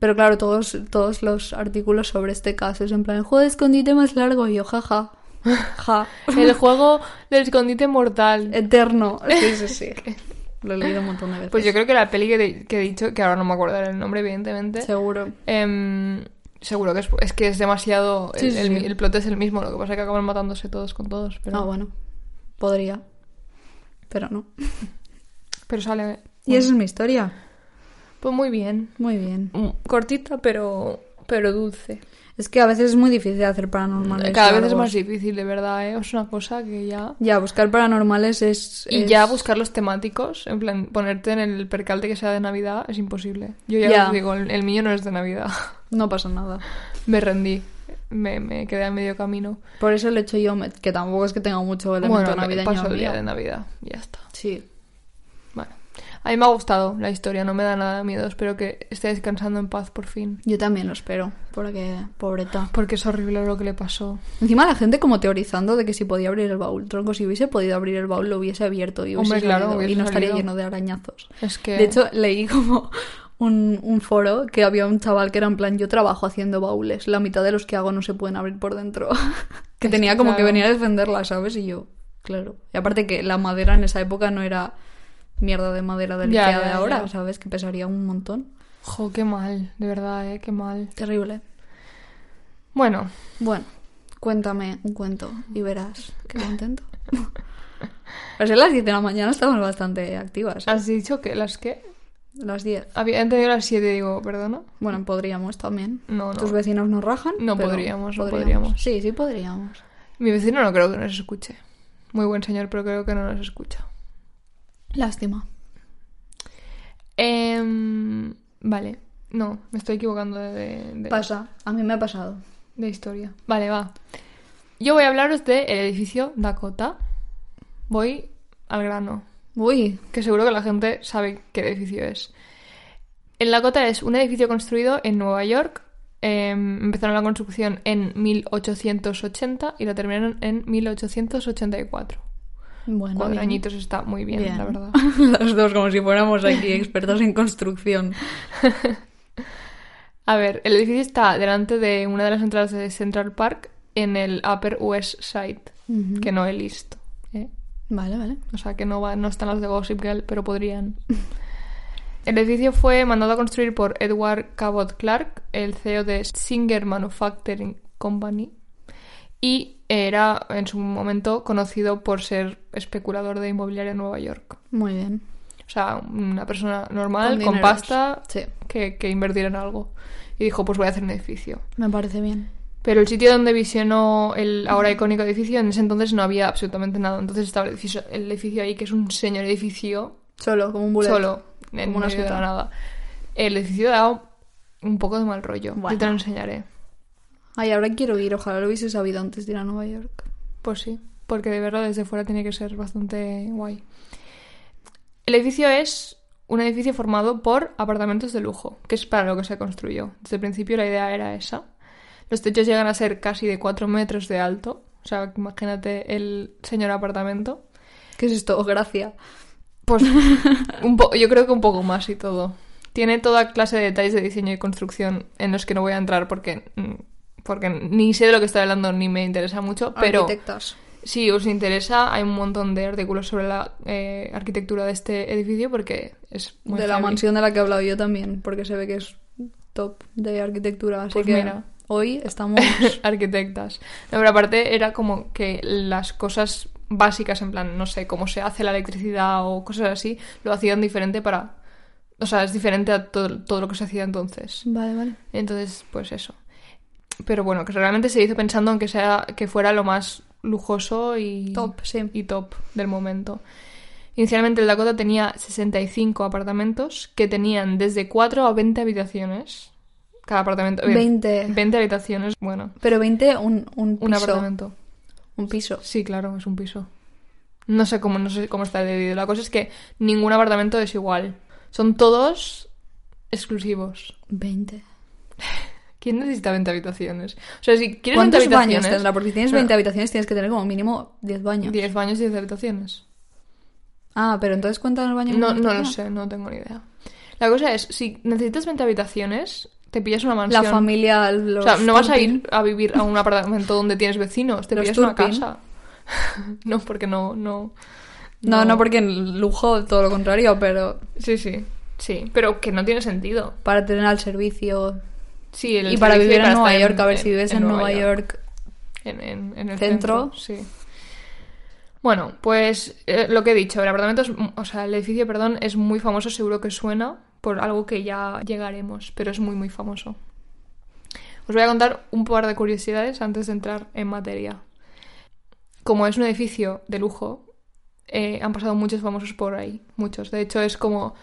Pero claro, todos, todos los artículos sobre este caso es en plan, el juego de escondite más largo. Y yo, jaja. Ja.
El juego del escondite mortal.
Eterno. Sí, sí, sí. Lo he leído un montón de veces.
Pues yo creo que la peli que, te- que he dicho, que ahora no me acordaré el nombre, evidentemente.
Seguro.
em, seguro que es, es que es demasiado.
Sí,
el,
sí,
el-
sí.
el plot es el mismo, lo que pasa es que acaban matándose todos con todos. Pero,
Ah, bueno. Podría. Pero no.
pero sale.
Y esa es mi historia.
Pues muy bien.
Muy bien.
Cortita, pero, pero dulce.
Es que a veces es muy difícil hacer paranormales.
Cada vez es
largos.
más difícil, de verdad, ¿eh? Es una cosa que ya.
Ya, buscar paranormales es.
Y
es-
ya buscar los temáticos, en plan, ponerte en el percal de que sea de Navidad es imposible. Yo ya
Ya.
os digo, el, el mío no es de Navidad.
No pasa nada.
me rendí. Me, me quedé a medio camino.
Por eso le he hecho yo, me- que tampoco es que tenga mucho elemento
Bueno,
navideño.
pasó el
mío.
día de Navidad. Ya está.
Sí.
Bueno. A mí me ha gustado la historia, no me da nada de miedo. Espero que esté descansando en paz por fin.
Yo también lo espero, porque pobreta.
Porque es horrible lo que le pasó.
Encima la gente como teorizando de que si podía abrir el baúl. Tronco, si hubiese podido abrir el baúl, lo hubiese abierto y hubiese
Hombre, claro,
salido, y
hubiese
no estaría
salido.
lleno de arañazos.
Es que.
De hecho, leí como un, un foro que había un chaval que era en plan, yo trabajo haciendo baúles, la mitad de los que hago no se pueden abrir por dentro. que
Es
tenía
que,
como que
claro.
venir a defenderla, ¿sabes? Y yo, claro. Y aparte que la madera en esa época no era mierda de madera del
Ya,
Ikea de
ya,
ahora,
ya.
¿sabes? Que pesaría un montón.
Jo, qué mal, de verdad, ¿eh? Qué mal.
Terrible.
Bueno,
Bueno, cuéntame un cuento y verás qué contento. Pues a las 10 de la mañana estamos bastante activas. ¿eh?
has dicho que las que.
Las 10.
Había entendido las 7, digo, perdona.
Bueno, podríamos también.
Mm. No, no.
Tus vecinos nos rajan.
No
pero
podríamos, no podríamos.
Sí, sí podríamos.
Mi vecino no creo que nos escuche. Muy buen señor, pero creo que no nos escucha.
Lástima.
Em, vale, no, me estoy equivocando de, de- de-
Pasa, a mí me ha pasado.
de historia. Vale, va. Yo voy a hablaros del edificio Dakota. Voy al grano.
Uy,
que seguro que la gente sabe qué edificio es. El Dakota es un edificio construido en Nueva York. Em, empezaron la construcción en 1880 y la terminaron en 1884.
bueno.
Cuatro
Ah, bien.
añitos está muy bien,
Bien.
la verdad.
Las dos, como si fuéramos aquí expertas en construcción.
A ver, el edificio está delante de una de las entradas de Central Park en el Upper West Side,
Ujú.
que no he listo. ¿eh?
Vale, vale.
O sea, que no, va, no están las de Gossip Girl, pero podrían. El edificio fue mandado a construir por Edward Cabot Clark, el CEO de Singer Manufacturing Company, y era en su momento conocido por ser especulador de inmobiliaria en Nueva York.
Muy bien.
O sea, una persona normal,
Con
con,
dineros.
pasta,
Sí.
que, que invertir en algo. Y dijo, pues voy a hacer un edificio.
Me parece bien.
Pero el sitio donde visionó el ahora icónico edificio, en ese entonces no había absolutamente nada. Entonces estaba el edificio, el edificio ahí, que es un señor edificio,
Solo, como un bullet.
solo, en
Como una
medio de
seta.
la nada. El edificio da un poco de mal rollo.
Bueno.
Yo te lo enseñaré.
Ay, ahora quiero ir. Ojalá lo hubiese sabido antes de ir a Nueva York.
Pues sí, porque de verlo desde fuera tiene que ser bastante guay. El edificio es un edificio formado por apartamentos de lujo, que es para lo que se construyó. Desde el principio la idea era esa. Los techos llegan a ser casi de 4 metros de alto. O sea, imagínate el señor apartamento.
¿Qué es esto? Gracia.
Pues un po- yo creo que un poco más y todo. Tiene toda clase de detalles de diseño y construcción en los que no voy a entrar porque, mm, porque ni sé de lo que estoy hablando ni me interesa mucho,
Ah,
pero
Arquitectas.
si os interesa hay un montón de artículos sobre la eh, arquitectura de este edificio porque es muy
de la
heavy.
mansión de la que he hablado yo también, porque se ve que es top de arquitectura. Así
Pues
que
mira.
hoy estamos.
arquitectas. No, pero aparte era como que las cosas básicas, en plan, no sé, cómo se hace la electricidad o cosas así, lo hacían diferente para... O sea, es diferente a todo, todo lo que se hacía entonces.
vale, vale.
Entonces, pues eso. Pero bueno, que realmente se hizo pensando en que, sea, que fuera lo más lujoso y
Top, sí.
y top del momento. Inicialmente el Dakota tenía 65 apartamentos que tenían desde 4 a 20 habitaciones. Cada apartamento... bien,
20.
20 habitaciones, bueno.
Pero 20, un, un piso.
Un apartamento.
Un piso.
Sí, claro, es un piso. No sé cómo, no sé cómo está dividido. La cosa es que ningún apartamento es igual. Son todos exclusivos.
20.
¿Quién necesita 20 habitaciones? O sea, si quieres 20
¿Cuántos baños
habitaciones.
tendrá? Porque si tienes
No,
20 habitaciones tienes que tener como mínimo 10 baños.
10 baños, 10 habitaciones.
Ah, pero entonces cuentan el baño.
No,
como
no
una?
lo sé, no tengo ni idea. La cosa es, si necesitas 20 habitaciones, te pillas una
La
mansión.
familia,
o
los
sea, no vas a
Turpin.
ir a vivir a un apartamento donde tienes vecinos, te
Los
pillas una
Turpin.
casa. no, porque no, no.
No, no, porque en lujo, todo lo contrario, pero
Sí, sí. Sí, pero que no tiene sentido.
para tener al servicio.
Sí, el
y para
servicio
vivir en
para
Nueva
estar
York, a ver si vives en, Nueva York.
En, en- en el centro.
Centro.
Sí. Bueno, pues eh, lo que he dicho, el apartamento, es, m- o sea, el edificio, perdón, es muy famoso, seguro que suena por algo que ya llegaremos, pero es muy, muy famoso. Os voy a contar un par de curiosidades antes de entrar en materia. Como es un edificio de lujo, eh, han pasado muchos famosos por ahí, muchos. De hecho, es como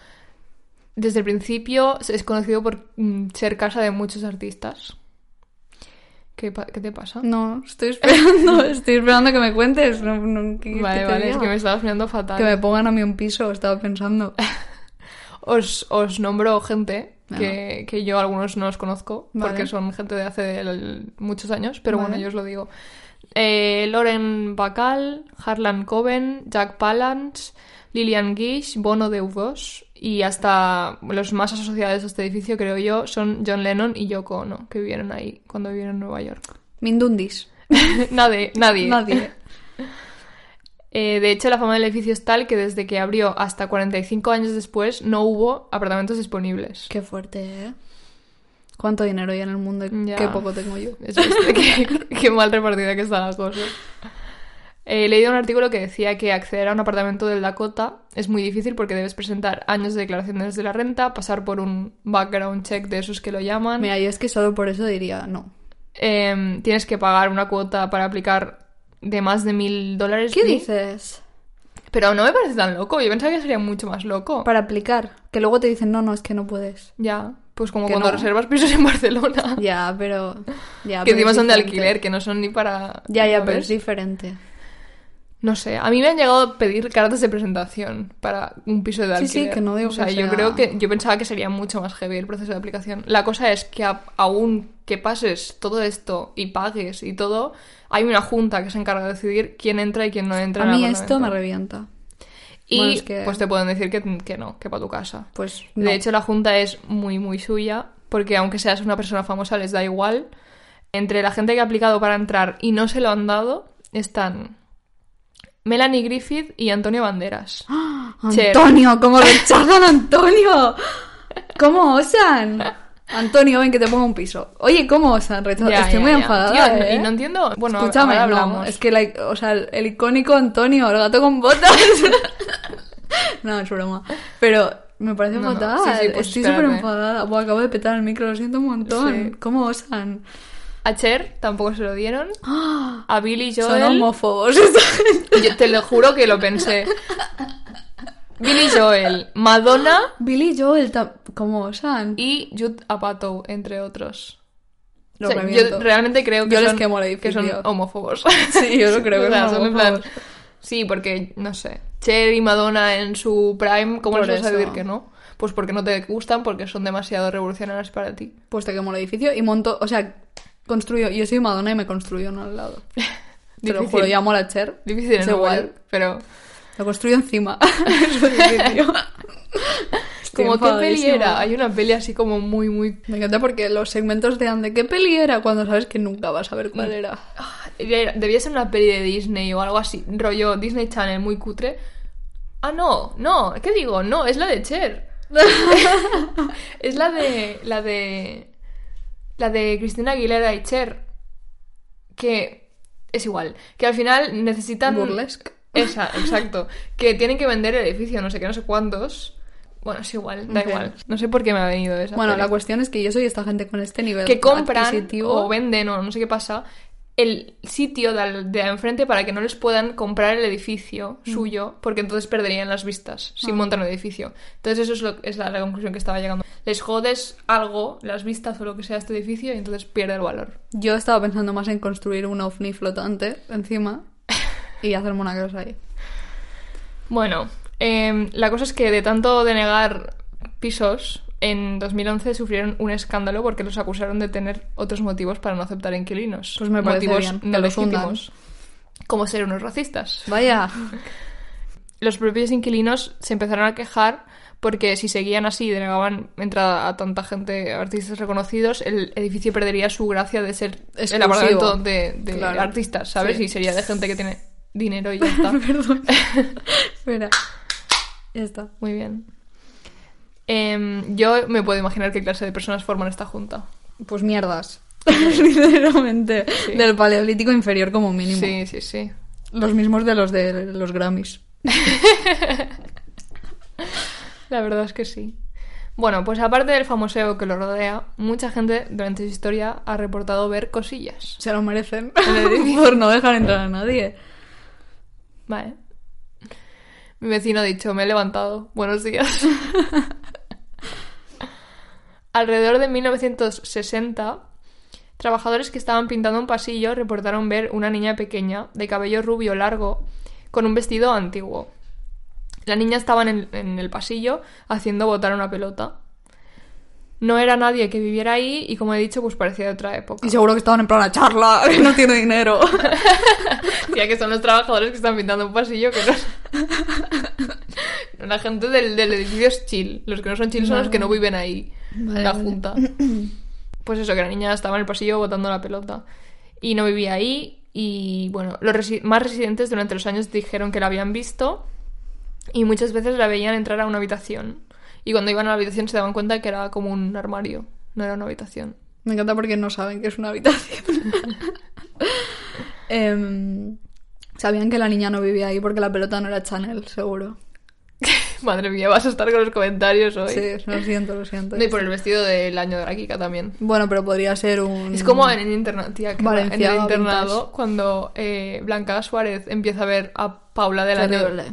desde el principio es conocido por mm, ser casa de muchos artistas. ¿Qué, pa- qué te pasa?
No, estoy esperando, estoy esperando que me cuentes. no- no- ¿qué- qué
Vale,
te
vale, es
diga?
que me estabas mirando fatal.
Que me pongan a mí un piso, estaba pensando.
Os, os nombro gente
Ajá.
que, que yo algunos no los conozco
Vale.
porque son gente de hace el- muchos años, pero bueno,
Vale.
yo os lo digo. Eh, Loren Bacall, Harlan Coben, Jack Palance, Lillian Gish, Bono de U2 y hasta los más asociados a este edificio, creo yo, son John Lennon y Yoko Ono, que vivieron ahí cuando vivieron en Nueva York.
Mindundis.
nadie, nadie.
Nadie.
Eh, de hecho, la fama del edificio es tal que desde que abrió hasta 45 años después no hubo apartamentos disponibles.
Qué fuerte, ¿eh? ¿Cuánto dinero hay en el mundo y
Ya.
qué poco tengo yo?
Es bestia, qué, qué mal repartida que está la cosa. Eh, He leído un artículo que decía que acceder a un apartamento del Dakota es muy difícil porque debes presentar años de declaraciones de la renta, pasar por un background check de esos que lo llaman.
Mira, yo es que solo por eso diría no.
Em, tienes que pagar una cuota para aplicar de más de mil dólares.
¿Qué
¿sí?
dices?
Pero no me parece tan loco. Yo pensaba que sería mucho más loco.
Para aplicar. Que luego te dicen, no, no, es que no puedes.
Ya, pues como
Que
cuando
no.
reservas pisos en Barcelona.
Ya, pero. Ya,
que
pero
encima
es
son de
diferente.
alquiler, que no son ni para...
Ya, ya, pero
¿sabes?
es diferente.
No sé, a mí me han llegado a pedir cartas de presentación para un piso de
Sí,
alquiler.
sí, que no digo
O sea,
que
yo
sea-
creo que yo pensaba que sería mucho más heavy el proceso de aplicación. La cosa es que a- aún que pases todo esto y pagues y todo, hay una junta que se encarga de decidir quién entra y quién no entra.
A
en el
mí esto me
apartamento.
revienta.
Y
Bueno, es que-
pues te pueden decir que, que no, que para tu casa.
Pues. no.
De hecho, la junta es muy, muy suya, porque aunque seas una persona famosa, les da igual. Entre la gente que ha aplicado para entrar y no se lo han dado, están Melanie Griffith y Antonio Banderas. Cher.
Antonio, ¿cómo rechazan a Antonio? ¿Cómo osan? Antonio, ven que te pongo un piso. Oye, ¿cómo osan? Rechaza-
Ya,
Estoy
ya,
muy
ya.
enfadada.
Tío,
¿eh?
Y no entiendo. Bueno,
Escúchame,
ahora
no,
hablamos.
es que la- o sea, el, el icónico Antonio, el gato con botas. no, es broma. Pero me parece
No, no,
fatal.
sí, sí, pues
Estoy
espérate.
súper enfadada. Buah, acabo de petar el micro, lo siento un montón.
Sí.
¿Cómo osan?
A Cher tampoco se lo dieron. A Billy
Son
Joel.
homófobos. esta gente.
Yo te lo juro que lo pensé. Billy Joel, Madonna
Billy Joel, tam- ¿cómo osan?
y Jude Apatow, entre otros.
Lo
O sea, yo
reviento.
realmente creo que,
Yo les
son,
quemo el
que son
edificio.
homófobos.
Sí, yo lo creo que
O sea,
son
en plan-
homófobos.
Sí, porque, no sé, Cher y Madonna en su prime, ¿cómo
Por
les vas a
eso.
decir que no? Pues porque no te gustan, porque son demasiado revolucionarias para ti.
Pues te quemo el edificio y monto, o sea, construyo, yo soy Madonna y me construyo uno al lado. te lo
Difícil.
juro, llamo a la Cher.
Difícil en
es
Nueva
igual.
York, pero...
Lo construyo encima. Es un edificio. Estoy
Como qué peli
enfadadísima.
era, hay una peli así como muy, muy...
Me encanta porque los segmentos de Ande, ¿qué peli era? Cuando sabes que nunca vas a ver cuál era.
Ah, era- Debía ser una peli de Disney o algo así, rollo Disney Channel, muy cutre. Ah, no, no, ¿qué digo? No, es la de Cher. Es la de. La de. La de Cristina Aguilera y Cher. Que. Es igual. Que al final necesitan.
Burlesque.
Esa, exacto. Que tienen que vender el edificio, no sé qué, no sé cuántos. Bueno, es igual, da
Ok.
igual. No sé por qué me ha venido esa.
Bueno,
peli.
la cuestión es que yo soy esta gente con este nivel
Que compran
adquisitivo.
o venden o no sé qué pasa. El sitio de, al- de enfrente para que no les puedan comprar el edificio
Mm.
suyo, porque entonces perderían las vistas
Ah.
si montan un edificio. Entonces, eso es, lo- es la, la conclusión que estaba llegando. Les jodes algo, las vistas o lo que sea, a este edificio, y entonces pierde el valor.
Yo estaba pensando más en construir un ovni flotante encima y hacerme una casa ahí.
Bueno, em, la cosa es que de tanto denegar pisos, en 2011 sufrieron un escándalo porque los acusaron de tener otros motivos para no aceptar inquilinos.
Pues me parece
motivos
bien, que
no
los hundan.
legítimos, Como ser unos racistas.
Vaya.
Los propios inquilinos se empezaron a quejar porque si seguían así y denegaban entrada a tanta gente, a artistas reconocidos, el edificio perdería su gracia de ser el
Exclusivo.
apartamento de, de
Claro.
artistas, ¿sabes?
Sí.
Y sería de gente que tiene dinero y ya está.
Perdón. Espera. Ya está.
Muy bien. Em, yo me puedo imaginar qué clase de personas forman esta junta.
Pues mierdas. Sinceramente.
Sí.
Del paleolítico inferior como mínimo.
Sí, sí, sí.
Los mismos de los de los Grammys.
La verdad es que sí. Bueno, pues aparte del famoseo que lo rodea, mucha gente durante su historia ha reportado ver cosillas.
Se lo merecen.
El edificio.
Por no dejar entrar a nadie.
Vale. Mi vecino ha dicho, me he levantado. Buenos días. Alrededor de 1960, trabajadores que estaban pintando un pasillo reportaron ver una niña pequeña, de cabello rubio largo, con un vestido antiguo. La niña estaba en el, en el pasillo haciendo botar una pelota. No era nadie que viviera ahí y, como he dicho, pues parecía de otra época.
Y seguro que estaban en plan a charla, que no tiene dinero.
Ya que son los trabajadores que están pintando un pasillo que no La gente del, del edificio es chill. Los que no son chill son los que no viven ahí.
Vale,
la
vale.
junta. Pues eso, que la niña estaba en el pasillo botando la pelota. Y no vivía ahí. Y bueno, los resi- más residentes durante los años dijeron que la habían visto. Y muchas veces la veían entrar a una habitación. Y cuando iban a la habitación se daban cuenta que era como un armario. No era una habitación.
Me encanta porque no saben que es una habitación. Em, sabían que la niña no vivía ahí porque la pelota no era Chanel, seguro.
Madre mía, vas a estar con los comentarios hoy.
Sí, lo siento, lo siento.
No, y por el vestido del año de la Kika también.
Bueno, pero podría ser un...
Es como en el, interna- tía, que va- en el
Mm. Valenciaga
internado,
vintage.
cuando eh, Blanca Suárez empieza a ver a Paula del año.
Terrible.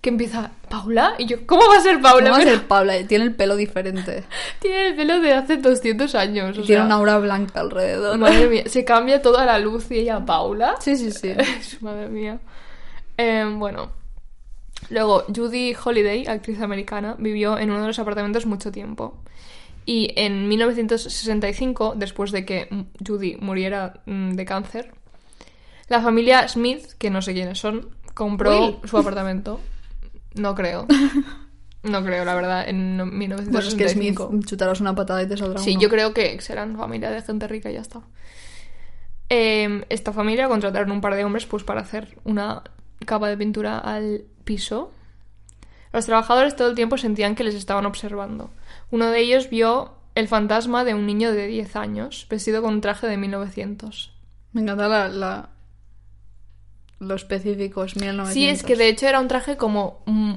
Que empieza, ¿Paula? Y yo, ¿cómo va a ser Paula?
¿Cómo va a
Pero
ser Paula? Tiene el pelo diferente.
Tiene el pelo de hace 200 años. o
Tiene
sea,
una aura blanca alrededor.
Madre mía, se cambia toda la luz y ella, ¿Paula?
Sí, sí, sí.
Madre mía. Eh, bueno. Luego, Judy Holiday, actriz americana, vivió en uno de los apartamentos mucho tiempo. Y en 1965, después de que mm, Judy muriera mm, de cáncer, la familia Smith, que no sé quiénes son, compró
Will.
su apartamento. No creo. No creo, la verdad, en no- 1965.
Pues es que Smith chutarás una patada y te saldrá
Sí,
uno.
yo creo que serán familia de gente rica y ya está. Eh, esta familia contrataron un par de hombres pues para hacer una capa de pintura al piso. Los trabajadores todo el tiempo sentían que les estaban observando. Uno de ellos vio el fantasma de un niño de 10 años, vestido con un traje de 1900.
Me encanta la, la- lo específico, es 1900.
Sí, es que de hecho era un traje como... mm,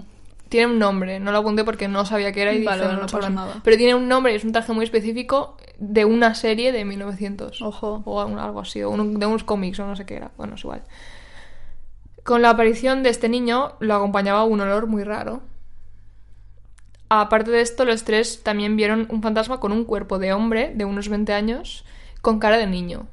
tiene un nombre, no lo apunté porque no sabía qué era y
Vale,
dije,
vale,
"No
no pasa
sabrán".
nada.
Pero tiene un nombre, es un traje muy específico de una serie de 1900.
Ojo.
O un- algo así, o un- de unos cómics o no sé qué era. Bueno, es igual. Con la aparición de este niño lo acompañaba un olor muy raro. Aparte de esto, los tres también vieron un fantasma con un cuerpo de hombre de unos 20 años con cara de niño.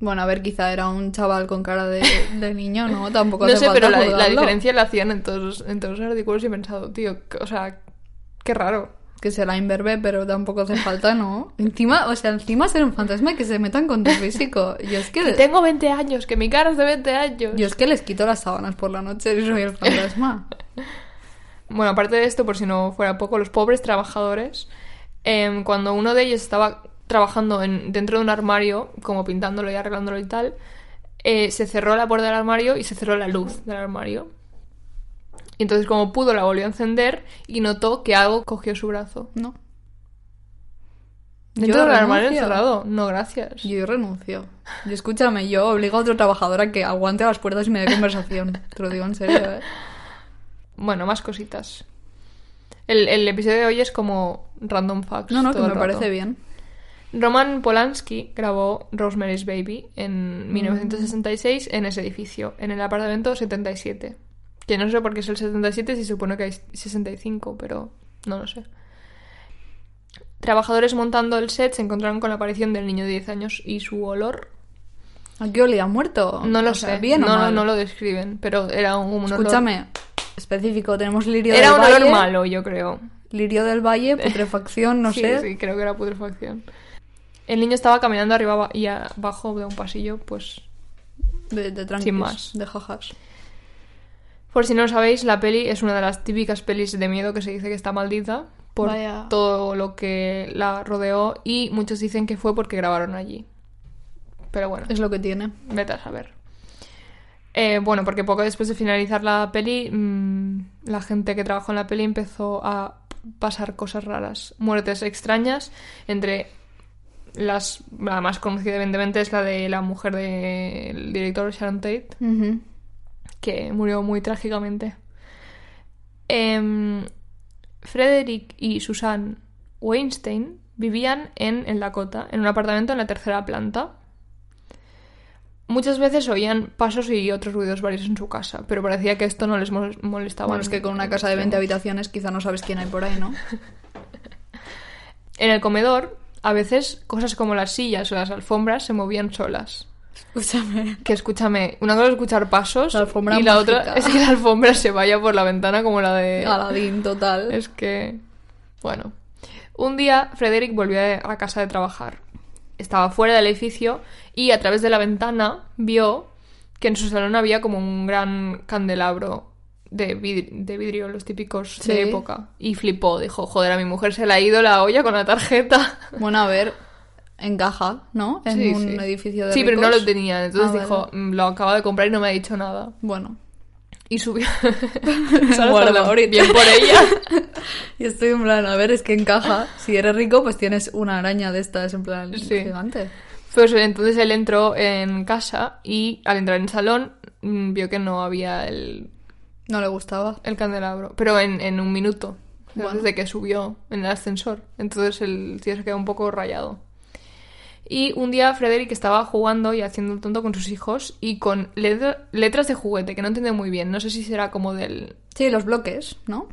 Bueno, a ver, quizá era un chaval con cara de, de niño, ¿no? Tampoco
No
hace
sé,
falta
pero la, la
juzgarlo.
diferencia la hacían en todos, los- en todos los artículos y he pensado, tío, que- o sea, qué raro.
Que será imberbe, pero tampoco hace falta, ¿no? Encima, o sea, encima ser un fantasma y que se metan con tu físico. Yo es que,
Tengo 20 años, que mi cara es de 20 años.
yo es que les quito las sábanas por la noche y soy el fantasma.
Bueno, aparte de esto, por si no fuera poco, los pobres trabajadores, em, cuando uno de ellos estaba trabajando en, dentro de un armario, como pintándolo y arreglándolo y tal, eh, se cerró la puerta del armario y se cerró la luz del armario. Y entonces, como pudo, la volvió a encender y notó que algo cogió su brazo.
No.
Dentro
Yo
del armario
renuncio.
encerrado. No, gracias.
Yo renuncio. Y escúchame, yo obligo a otro trabajador a que aguante las puertas y me dé conversación. Te lo digo en serio, ¿eh?
Bueno, más cositas. El, el episodio de hoy es como random facts.
No, no, que
todo
me
el rato.
parece bien.
Roman Polanski grabó Rosemary's Baby
Mm.
en 1966 en ese edificio, en el apartamento 77. Que no sé por qué es el 77 si supone que hay 65, pero no lo sé. Trabajadores montando el set se encontraron con la aparición del niño de 10 años y su olor.
Aquí olía muerto.
No lo
O sea,
sé,
bien Oh, o
no, no,
mal?
no lo describen, pero era un, un olor-
Escúchame, específico. Tenemos lirio
Era
del
un
valle.
olor malo, yo creo.
Lirio del valle, putrefacción, no
Sí,
sé.
Sí, creo que era putrefacción. El niño estaba caminando arriba ba- y abajo de un pasillo, pues.
De, de tranquis,
Sin más.
de jajas.
Por si no lo sabéis, la peli es una de las típicas pelis de miedo que se dice que está maldita por
Vaya.
todo lo que la rodeó y muchos dicen que fue porque grabaron allí. Pero bueno.
Es lo que tiene.
Vete a saber. Eh, bueno, porque poco después de finalizar la peli, mm, la gente que trabajó en la peli empezó a pasar cosas raras, muertes extrañas, entre las la más conocida evidentemente es la de la mujer del director Sharon Tate,
Ujú.
que murió muy trágicamente. Em, Frederick y Susan Weinstein vivían en el Dakota, en un apartamento en la tercera planta. Muchas veces oían pasos y otros ruidos varios en su casa, pero parecía que esto no les mol- molestaba.
Ah, Bueno, es que con una casa de 20 habitaciones quizá no sabes quién hay por ahí, ¿no?
En el comedor, a veces cosas como las sillas o las alfombras se movían solas.
Escúchame.
Que escúchame, una cosa es escuchar pasos
La alfombra
y la otra
mágica.
es que la alfombra se vaya por la ventana como la de
Aladín, total.
Es que. Bueno. Un día, Frederick volvió de- a casa de trabajar. Estaba fuera del edificio y a través de la ventana vio que en su salón había como un gran candelabro de, vid- de vidrio, los típicos
Sí.
de época. Y flipó, dijo, joder, a mi mujer se le ha ido la olla con la tarjeta.
Bueno, a ver, encaja, ¿no? En
Sí,
un
sí.
edificio de
Sí, pero no
ricos.
lo tenía. Entonces
Ah,
dijo,
vale.
"Mm, lo acabo de comprar y no me ha dicho nada.
Bueno,
Y subió. Sara
Guarda,
Saldán,
ahorita.
Bien por ella.
y estoy en plan, a ver, es que encaja. Si eres rico, pues tienes una araña de estas, en plan,
Sí.
gigante.
Pues entonces él entró en casa y al entrar en el salón mm, vio que no había el,
No le gustaba.
el candelabro, pero en, en un minuto, o sea,
Bueno.
desde que subió en el ascensor. Entonces el tío se quedó un poco rayado. Y un día Frederick estaba jugando y haciendo el tonto con sus hijos y con letra- letras de juguete, que no entiende muy bien. No sé si será como del...
Sí, los bloques, ¿no?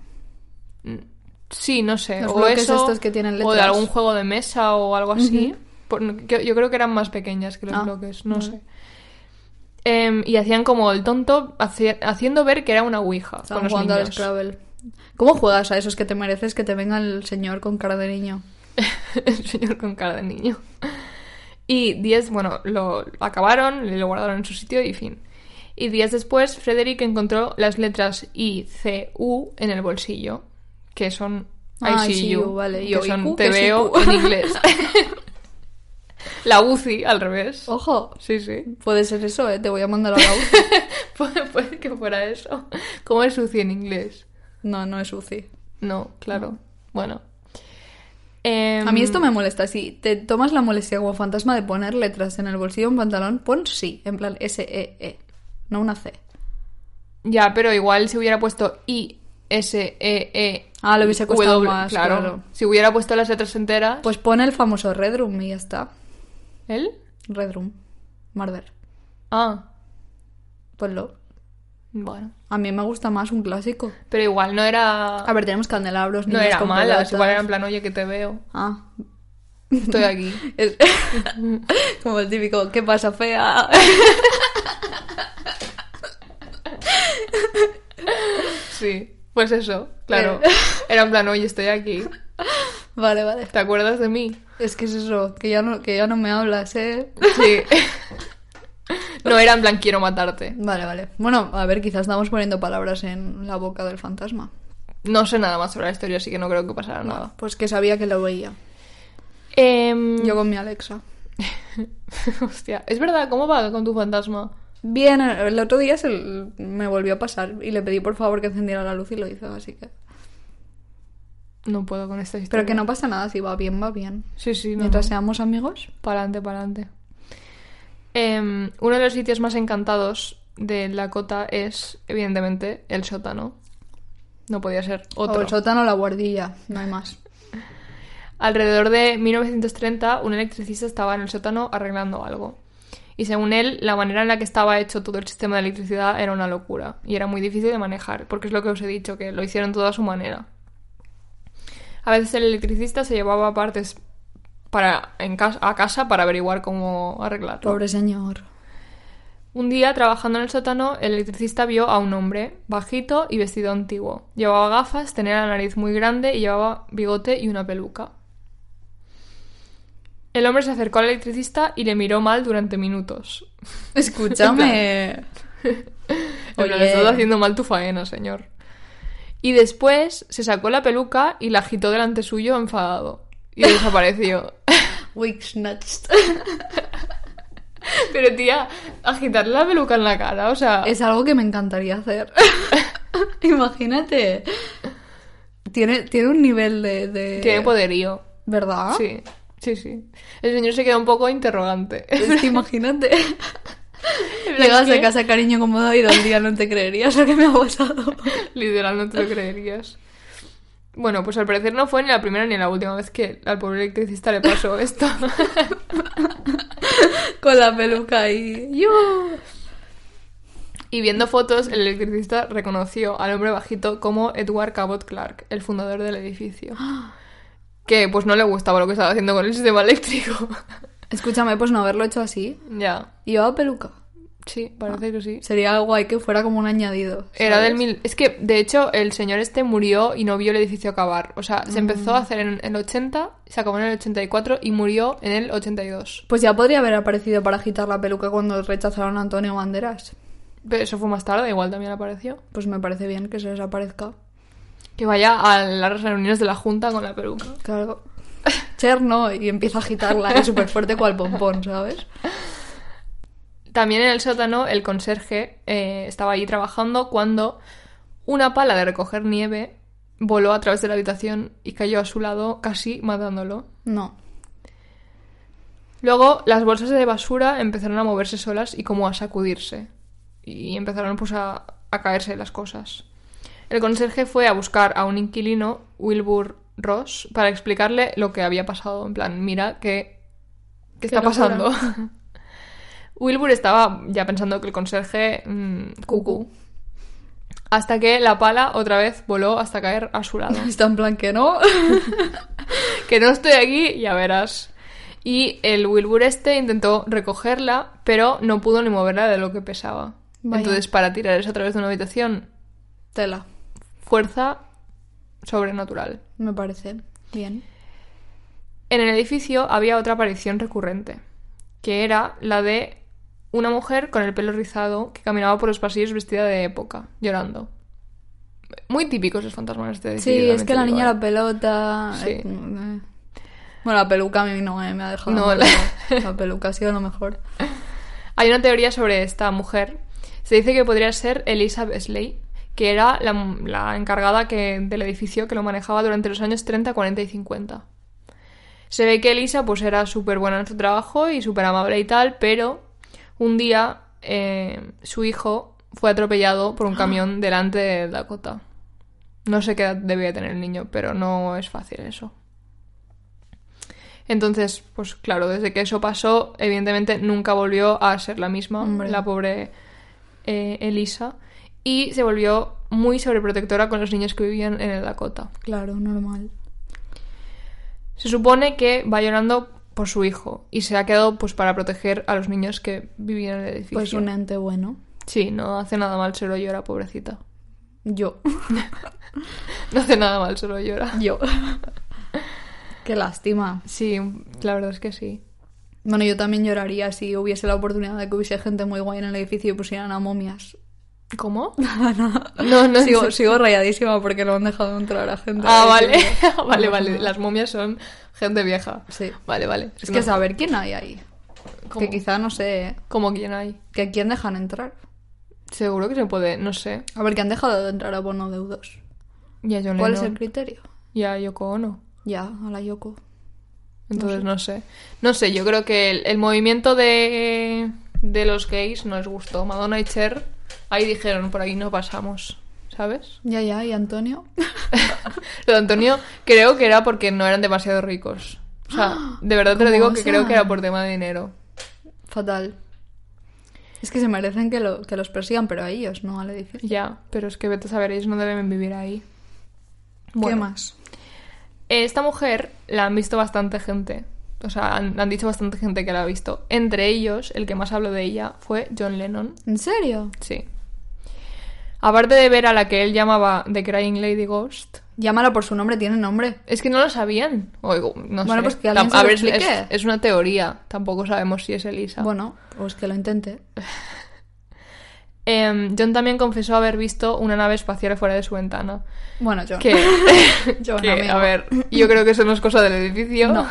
Sí, no sé.
Los
o
bloques
eso,
estos que tienen
O de
letras.
algún juego de mesa o algo así.
Ujú.
Por- que- yo creo que eran más pequeñas que los
Ah,
bloques, no
vale.
sé. Em, y hacían como el tonto haci- haciendo ver que era una ouija con
Estaban
los
jugando al
niños.
Scrabble. ¿Cómo juegas a esos que te mereces que te venga el señor con cara de niño?
el señor con cara de niño. Y días, bueno, lo acabaron, le lo guardaron en su sitio y fin. Y días después, Frederick encontró las letras I, C, U en el bolsillo, que son I,
Ah, see
see
you,
you,
vale.
que
Yo, ¿y
son
cu?
te
¿Qué es
veo
IQ?
en inglés. la UCI, al revés.
Ojo,
Sí, sí.
puede ser eso, ¿eh? Te voy a mandar a la UCI.
Puede, puede que fuera eso. ¿Cómo es UCI en inglés?
No, no es UCI.
No, claro. Bueno.
A mí esto
Em,
me molesta. Si te tomas la molestia como fantasma de poner letras en el bolsillo de un pantalón, pon sí, en plan S-E-E, no una C.
Ya, pero igual si hubiera puesto I, S, E, E.
Ah, lo hubiese costado
W,
más, claro.
Si hubiera puesto las letras enteras.
Pues pon el famoso Red Room y ya está.
¿El?
Red Room. Marder.
Ah,
Ponlo.
bueno.
pues A mí me gusta más un clásico.
Pero igual no era.
A ver, tenemos candelabros,
no
niños
era
con
mala.
pelotas.
Igual era en plan, oye, que te veo.
Ah.
Estoy aquí.
Es- Como el típico, ¿qué pasa, fea?
Sí. Pues eso, claro.
Eh.
Era en plan, oye, estoy aquí.
vale, vale.
¿Te acuerdas de mí?
Es que es eso, que ya no, que ya no me hablas, ¿eh?
Sí. No era en plan, quiero matarte.
Vale, vale. Bueno, a ver, quizás estamos poniendo palabras en la boca del fantasma.
No sé nada más sobre la historia, así que no creo que pasara nada.
Pues que sabía que lo veía.
Em,
Yo con mi Alexa.
Hostia, es verdad, ¿cómo va con tu fantasma?
Bien, el otro día se l- me volvió a pasar y le pedí por favor que encendiera la luz y lo hizo, así que...
No puedo con esta historia.
Pero que no pasa nada, si va bien, va bien.
Sí, sí, no.
Mientras seamos amigos.
Para adelante, para adelante. Em, uno de los sitios más encantados de Lakota es, evidentemente, el sótano. No podía ser otro.
O el sótano o la guardilla, no hay más.
Alrededor de 1930, un electricista estaba en el sótano arreglando algo. Y según él, la manera en la que estaba hecho todo el sistema de electricidad era una locura y era muy difícil de manejar, porque es lo que os he dicho, que lo hicieron todo a su manera. A veces el electricista se llevaba partes para, en cas- a casa para averiguar cómo arreglarlo.
Pobre señor.
Un día, trabajando en el sótano, el electricista vio a un hombre, bajito y vestido antiguo. Llevaba gafas, tenía la nariz muy grande y llevaba bigote y una peluca. El hombre se acercó al electricista y le miró mal durante minutos.
Escúchame.
En plan,
Oye.
estás haciendo mal tu faena, señor. Y después se sacó la peluca y la agitó delante suyo enfadado. Y desapareció.
Wig snatched.
Pero tía, agitar la peluca en la cara, o sea...
Es algo que me encantaría hacer. Imagínate. Tiene, tiene un nivel de. de-
Tiene poderío.
¿Verdad?
Sí, sí, sí. El señor se queda un poco interrogante.
Es que imagínate.
En plan,
Llegas de
¿qué?
casa, cariño, como he ido el día, no te creerías lo que me ha pasado.
Literal, no te lo creerías. Bueno, pues al parecer no fue ni la primera ni la última vez que al pobre electricista le pasó esto.
Con la peluca y. ¡Yo!
Y viendo fotos, el electricista reconoció al hombre bajito como Edward Cabot Clark, el fundador del edificio. Que pues no le gustaba lo que estaba haciendo con el sistema eléctrico.
Escúchame, pues no haberlo hecho así.
ya,
Llevaba peluca.
sí, parece que sí.
Sería guay que fuera como un añadido.
Era
¿sabes?
del mil... Es que, de hecho, el señor este murió y no vio el edificio acabar. O sea, se empezó a hacer en el 80, se acabó en el 84 y murió en el 82.
Pues ya podría haber aparecido para agitar la peluca cuando rechazaron a Antonio Banderas.
Pero eso fue más tarde, igual también apareció.
Pues me parece bien que se desaparezca.
Que vaya a las reuniones de la Junta con la peluca.
Claro. Cher no, y empieza a agitarla es súper fuerte cual pompón, ¿sabes?
También en el sótano el conserje eh, estaba ahí trabajando cuando una pala de recoger nieve voló a través de la habitación y cayó a su lado casi matándolo.
No.
Luego las bolsas de basura empezaron a moverse solas y como a sacudirse. Y empezaron pues a, a caerse las cosas. El conserje fue a buscar a un inquilino, Wilbur Ross, para explicarle lo que había pasado. En plan, mira, ¿qué, qué está
locura.
pasando? Wilbur estaba ya pensando que el conserje... mm, cucú. Hasta que la pala otra vez voló hasta caer a su lado
Está en plan que no.
que no estoy aquí, ya verás. Y el Wilbur este intentó recogerla, pero no pudo ni moverla de lo que pesaba.
Vaya.
Entonces, para tirar eso a través de una habitación,
Tela,
fuerza sobrenatural.
me parece. Bien.
En el edificio había otra aparición recurrente, que era la de una mujer con el pelo rizado que caminaba por los pasillos vestida de época, llorando. Muy típicos los fantasmas de este
Sí,
edificio.
es
también
que
te
la
digo,
niña
¿eh?
la pelota.
Sí.
eh, eh. Bueno, la peluca a mí no eh, me ha dejado.
No,
la...
la-
la peluca ha sido lo mejor.
Hay una teoría sobre esta mujer. Se dice que podría ser Elisa Besley, que era la, la encargada que, del edificio que lo manejaba durante los años 30, 40 y 50. Se ve que Elisa pues era súper buena en su trabajo y súper amable y tal, pero un día eh, su hijo fue atropellado por un camión delante de Dakota. No sé qué edad debía tener el niño, pero no es fácil eso. Entonces, pues claro, desde que eso pasó, evidentemente nunca volvió a ser la misma,
Hombre.
la pobre eh, Elisa, y se volvió muy sobreprotectora con los niños que vivían en el Dakota.
Claro, normal.
Se supone que va llorando por su hijo y se ha quedado pues para proteger a los niños que vivían en el edificio.
Pues un ente bueno.
Sí, no hace nada mal, solo llora, pobrecita.
Yo.
No hace nada mal, solo llora.
Yo. Qué lástima.
Sí, la verdad es que sí.
Bueno, yo también lloraría si hubiese la oportunidad de que hubiese gente muy guay en el edificio y pusieran a momias.
¿Cómo? No, no.
sigo, sigo rayadísima porque no han dejado entrar a gente.
Ah,
al
vale.
edificio. No
vale,
pasa
vale.
nada.
Las momias son gente vieja.
Sí.
Vale, vale.
Es que
no-
saber quién hay ahí.
¿Cómo?
Que quizá, no sé,
Como quien hay.
que a quién dejan entrar.
Seguro que se puede, no sé.
A ver, que han dejado de entrar a bono deudos.
Ya John
¿Cuál es
Lennon,
el criterio?
Ya Yoko Ono.
Ya, a la Yoko.
Entonces no sé. No sé, yo creo que el, el movimiento de, de los gays no les gustó. Madonna y Cher ahí dijeron, por ahí no pasamos, ¿sabes?
Ya, ya, y Antonio.
Lo de Antonio creo que era porque no eran demasiado ricos. O sea, de verdad te lo
¿Cómo
digo que
osan?
creo que era por tema de dinero.
Fatal. Es que se merecen que, lo, que los persigan, pero a ellos, no al edificio.
Ya, pero es que vete a saber, ellos no deben vivir ahí.
¿Qué
Bueno.
más?
Esta mujer la han visto bastante gente. O sea, han, han dicho bastante gente que la ha visto. Entre ellos, el que más habló de ella fue John Lennon.
¿En serio?
Sí. Aparte de ver a la que él llamaba The Crying Lady Ghost,
Llámala por su nombre, tiene nombre.
es que no lo sabían. O, o- no
Bueno,
sé.
pues que alguien
Tam-
se
a
lo
ver, es-
explique.
es, es una teoría. Tampoco sabemos si es Elisa.
Bueno, pues que lo intenté.
Em, John también confesó haber visto una nave espacial fuera de su ventana.
Bueno, yo.
Que,
Yo no,
que,
amigo.
a ver, yo creo que eso no es cosa del edificio.
No,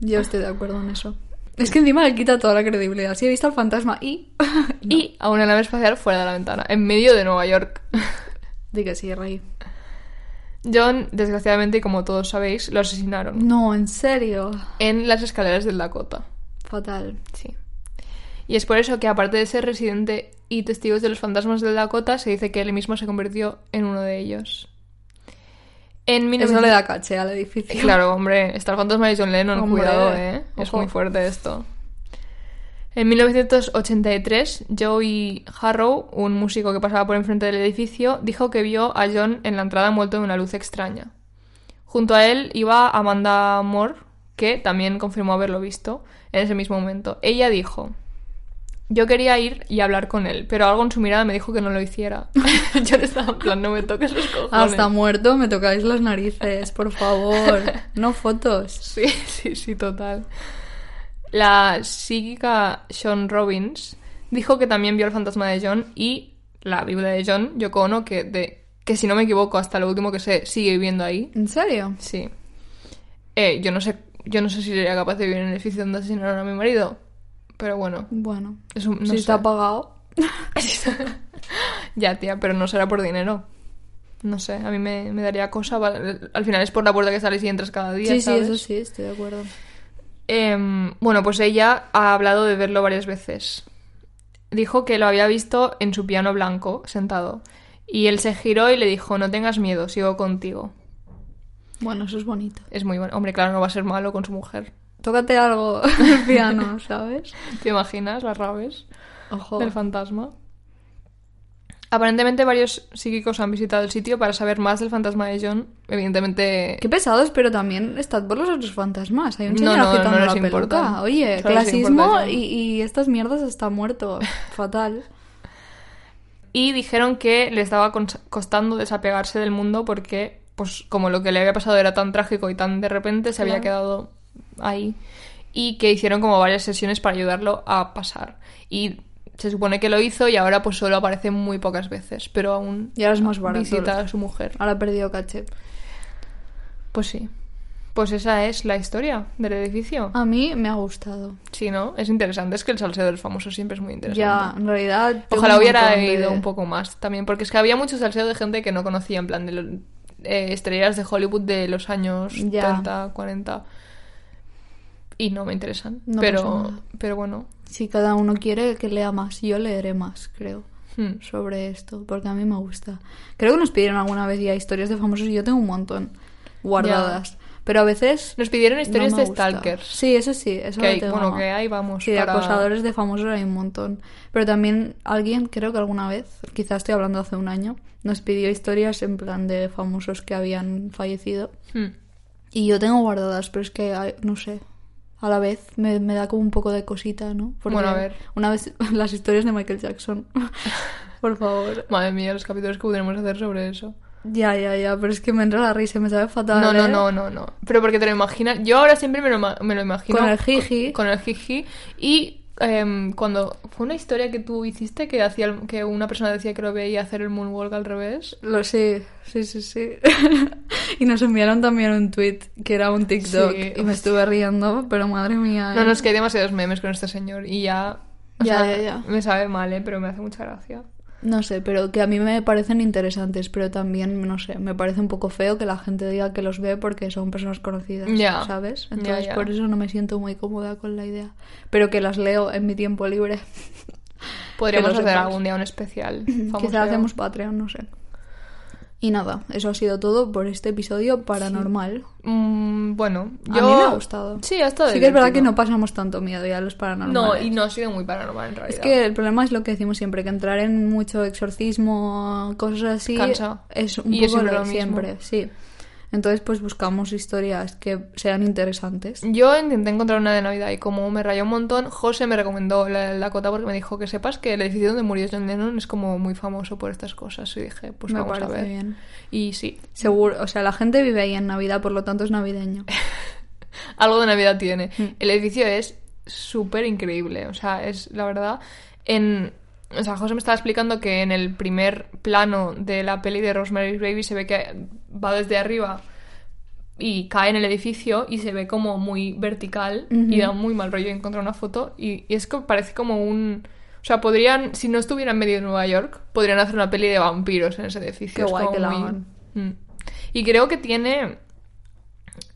yo estoy de acuerdo en eso. Es que encima le quita toda la credibilidad. Si he visto al fantasma y.
Y a una nave espacial fuera de la ventana, en medio de Nueva York.
Di que sí, rey.
John, desgraciadamente, y como todos sabéis, lo asesinaron
No, en serio.
en las escaleras del Dakota.
Fatal.
Sí. Y es por eso que, aparte de ser residente y testigos de los fantasmas del Dakota, se dice que él mismo se convirtió en uno de ellos. En
Eso
1900
le da caché al edificio.
Eh, Claro, hombre, está el fantasma de John Lennon,
Hombre,
cuidado, ¿eh? Es
ojo.
muy fuerte esto. En 1983, Joey Harrow, un músico que pasaba por enfrente del edificio, dijo que vio a John en la entrada muerto de una luz extraña. Junto a él iba Amanda Moore, que también confirmó haberlo visto en ese mismo momento. Ella dijo, yo quería ir y hablar con él, pero algo en su mirada me dijo que no lo hiciera. John estaba en plan, no me toques los cojones.
Hasta muerto me tocáis las narices, por favor. No fotos.
Sí, sí, sí, total. La psíquica Sean Robbins dijo que también vio el fantasma de John y la viuda de John, Yoko Ono, que, de, que si no me equivoco, hasta lo último que sé, sigue viviendo ahí.
¿En serio?
Sí. Eh, yo no sé, yo no sé si sería capaz de vivir en el edificio donde asesinaron a mi marido. Pero bueno,
Bueno.
es un- no
si
sé.
está apagado.
Ya, tía, pero no será por dinero. No sé, a mí me, me daría cosa. va- Al final es por la puerta que sales y entras cada día.
Sí, sí,
¿sabes?
eso sí, estoy de acuerdo.
Em, bueno, pues ella ha hablado de verlo varias veces. Dijo que lo había visto en su piano blanco, sentado. Y él se giró y le dijo, no tengas miedo, sigo contigo.
Bueno, eso es bonito.
Es muy bueno. Hombre, claro, no va a ser malo con su mujer.
Tócate algo el piano, ¿sabes?
¿Te imaginas las rabes
Ojo.
del fantasma? Aparentemente varios psíquicos han visitado el sitio para saber más del fantasma de John. Evidentemente...
Qué pesados, pero también estad por los otros fantasmas. Hay un
No,
señor
no, no
agitando
les
la
importa.
peluca. Oye,
Solo les
clasismo
importa eso.
y, y estas mierdas está muerto. Fatal.
Y dijeron que le estaba cons- costando desapegarse del mundo porque, pues, como lo que le había pasado era tan trágico y tan de repente, se había
Claro.
quedado ahí. Y que hicieron como varias sesiones para ayudarlo a pasar. Y se supone que lo hizo y ahora pues solo aparece muy pocas veces, pero aún
Y ahora es más barato. Ah.
visita a su mujer.
Ahora ha perdido caché.
Pues sí. Pues esa es la historia del edificio.
A mí me ha gustado.
Sí, ¿no? Es interesante. Es que el salseo del famoso siempre es muy interesante.
Ya, en realidad. tengo
Ojalá
un
hubiera
montón de-
ido un poco más también, porque es que había mucho salseo de gente que no conocía, en plan de lo- eh, estrellas de Hollywood de los años
Ya.
30, 40. Y no me interesan.
No pasa
pero,
nada.
pero bueno.
Si cada uno quiere que lea más, yo leeré más, creo.
Hmm.
Sobre esto, porque a mí me gusta. Creo que nos pidieron alguna vez ya historias de famosos y yo tengo un montón guardadas. Pero a veces.
Nos pidieron historias
no me
de
gusta.
stalkers.
Sí, eso sí, eso
que
lo
hay-
tengo a
bueno,
mano.
que ahí vamos.
Sí, de
para-
acosadores de famosos hay un montón. Pero también alguien, creo que alguna vez, quizás estoy hablando hace un año, nos pidió historias en plan de famosos que habían fallecido.
Hmm.
Y yo tengo guardadas, pero es que, ay, no sé, a la vez me, me da como un poco de cosita, ¿no?
Bueno, a ver.
Una vez las historias de Michael Jackson, por favor.
Madre mía, los capítulos que podremos hacer sobre eso.
Ya, ya, ya, pero es que me entra la risa, me sabe fatal.
No, no,
¿eh?
no, no, no. Pero porque te lo imaginas. Yo ahora siempre me lo, ima- me lo imagino.
Con el jiji.
Con el jiji. Y em, cuando. Fue una historia que tú hiciste que hacía el- que una persona decía que lo veía hacer el moonwalk al revés.
Lo sé, sí, sí, sí. y nos enviaron también un tweet que era un TikTok
Sí,
y me estuve riendo, pero madre mía.
No,
¿eh?
no, es que hay demasiados memes con este señor. Y ya. o
Ya,
sea,
ya, ya.
Me sabe mal, ¿eh? Pero me hace mucha gracia.
No sé, pero que a mí me parecen interesantes, pero también, no sé, me parece un poco feo que la gente diga que los ve porque son personas conocidas,
Ya.
¿sabes?
Ya,
Entonces
ya.
por eso no me siento muy cómoda con la idea, pero que las leo en mi tiempo libre.
Podríamos
Que lo
hacer
sepáis.
algún día un especial. famoseo.
Quizás hacemos Patreon, no sé. Y nada, eso ha sido todo por este episodio paranormal.
Mm, bueno, yo.
A mí me ha gustado.
Sí, ha estado
Sí que es verdad que
divertido.
no pasamos tanto miedo ya a los
No,
paranormales.
y no ha sido muy paranormal en realidad.
Es que el problema es lo que decimos siempre, que entrar en mucho exorcismo, cosas así,
Cansa.
es un
Y es
poco
siempre
lo
lo
de
mismo.
siempre, sí. Entonces, pues buscamos historias que sean interesantes.
Yo intenté encontrar una de Navidad y como me rayó un montón, José me recomendó la la Dakota porque me dijo que sepas que el edificio donde murió John Lennon es como muy famoso por estas cosas. Y dije, pues
Me
vamos a
parece
ver.
bien.
Y sí,
Seguro, o sea, la gente vive ahí en Navidad, por lo tanto es navideño.
algo de Navidad tiene.
Mm.
El edificio es súper increíble, o sea, es la verdad. En, o sea, José me estaba explicando que en el primer plano de la peli de Rosemary's Baby se ve que va desde arriba y cae en el edificio y se ve como muy vertical y da muy mal rollo encontrar una foto y, y es que parece como un... O sea, podrían, si no estuviera en medio de Nueva York, podrían hacer una peli de vampiros en ese edificio.
Qué
Es
guay
como
que la
muy-
hagan.
Mm. Y creo que tiene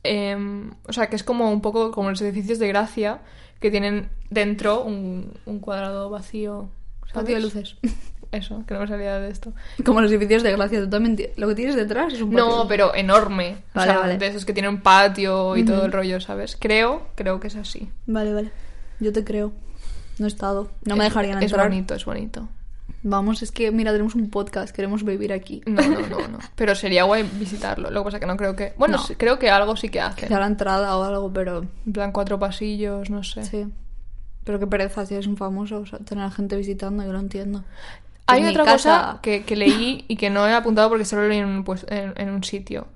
em, o sea, que es como un poco como los edificios de gracia que tienen dentro un, un cuadrado vacío. ¿sabes?
Patio de luces.
Eso, que no me salía de esto.
Como los edificios de gracia, tú también ti- lo que tienes detrás es un patio.
No, pero enorme.
Vale,
o sea,
vale.
de esos que tienen patio y todo el rollo, ¿sabes? Creo, creo que es así.
Vale, vale. Yo te creo. No he estado. No me
Es-
dejarían
Es
entrar.
bonito, es bonito.
Vamos, es que mira, tenemos un podcast, queremos vivir aquí.
No, no, no, no. Pero sería guay visitarlo. Lo que pasa que no creo que... Bueno,
No.
sí- creo que algo sí que hace.
Quizá la entrada o algo, pero
En plan cuatro pasillos, no sé.
sí. Pero qué pereza si eres un famoso, o sea, tener a gente visitando, yo lo entiendo.
Hay
En mi
otra
casa-
cosa que, que leí y que no he apuntado porque solo leí en, un pues- en- en un sitio.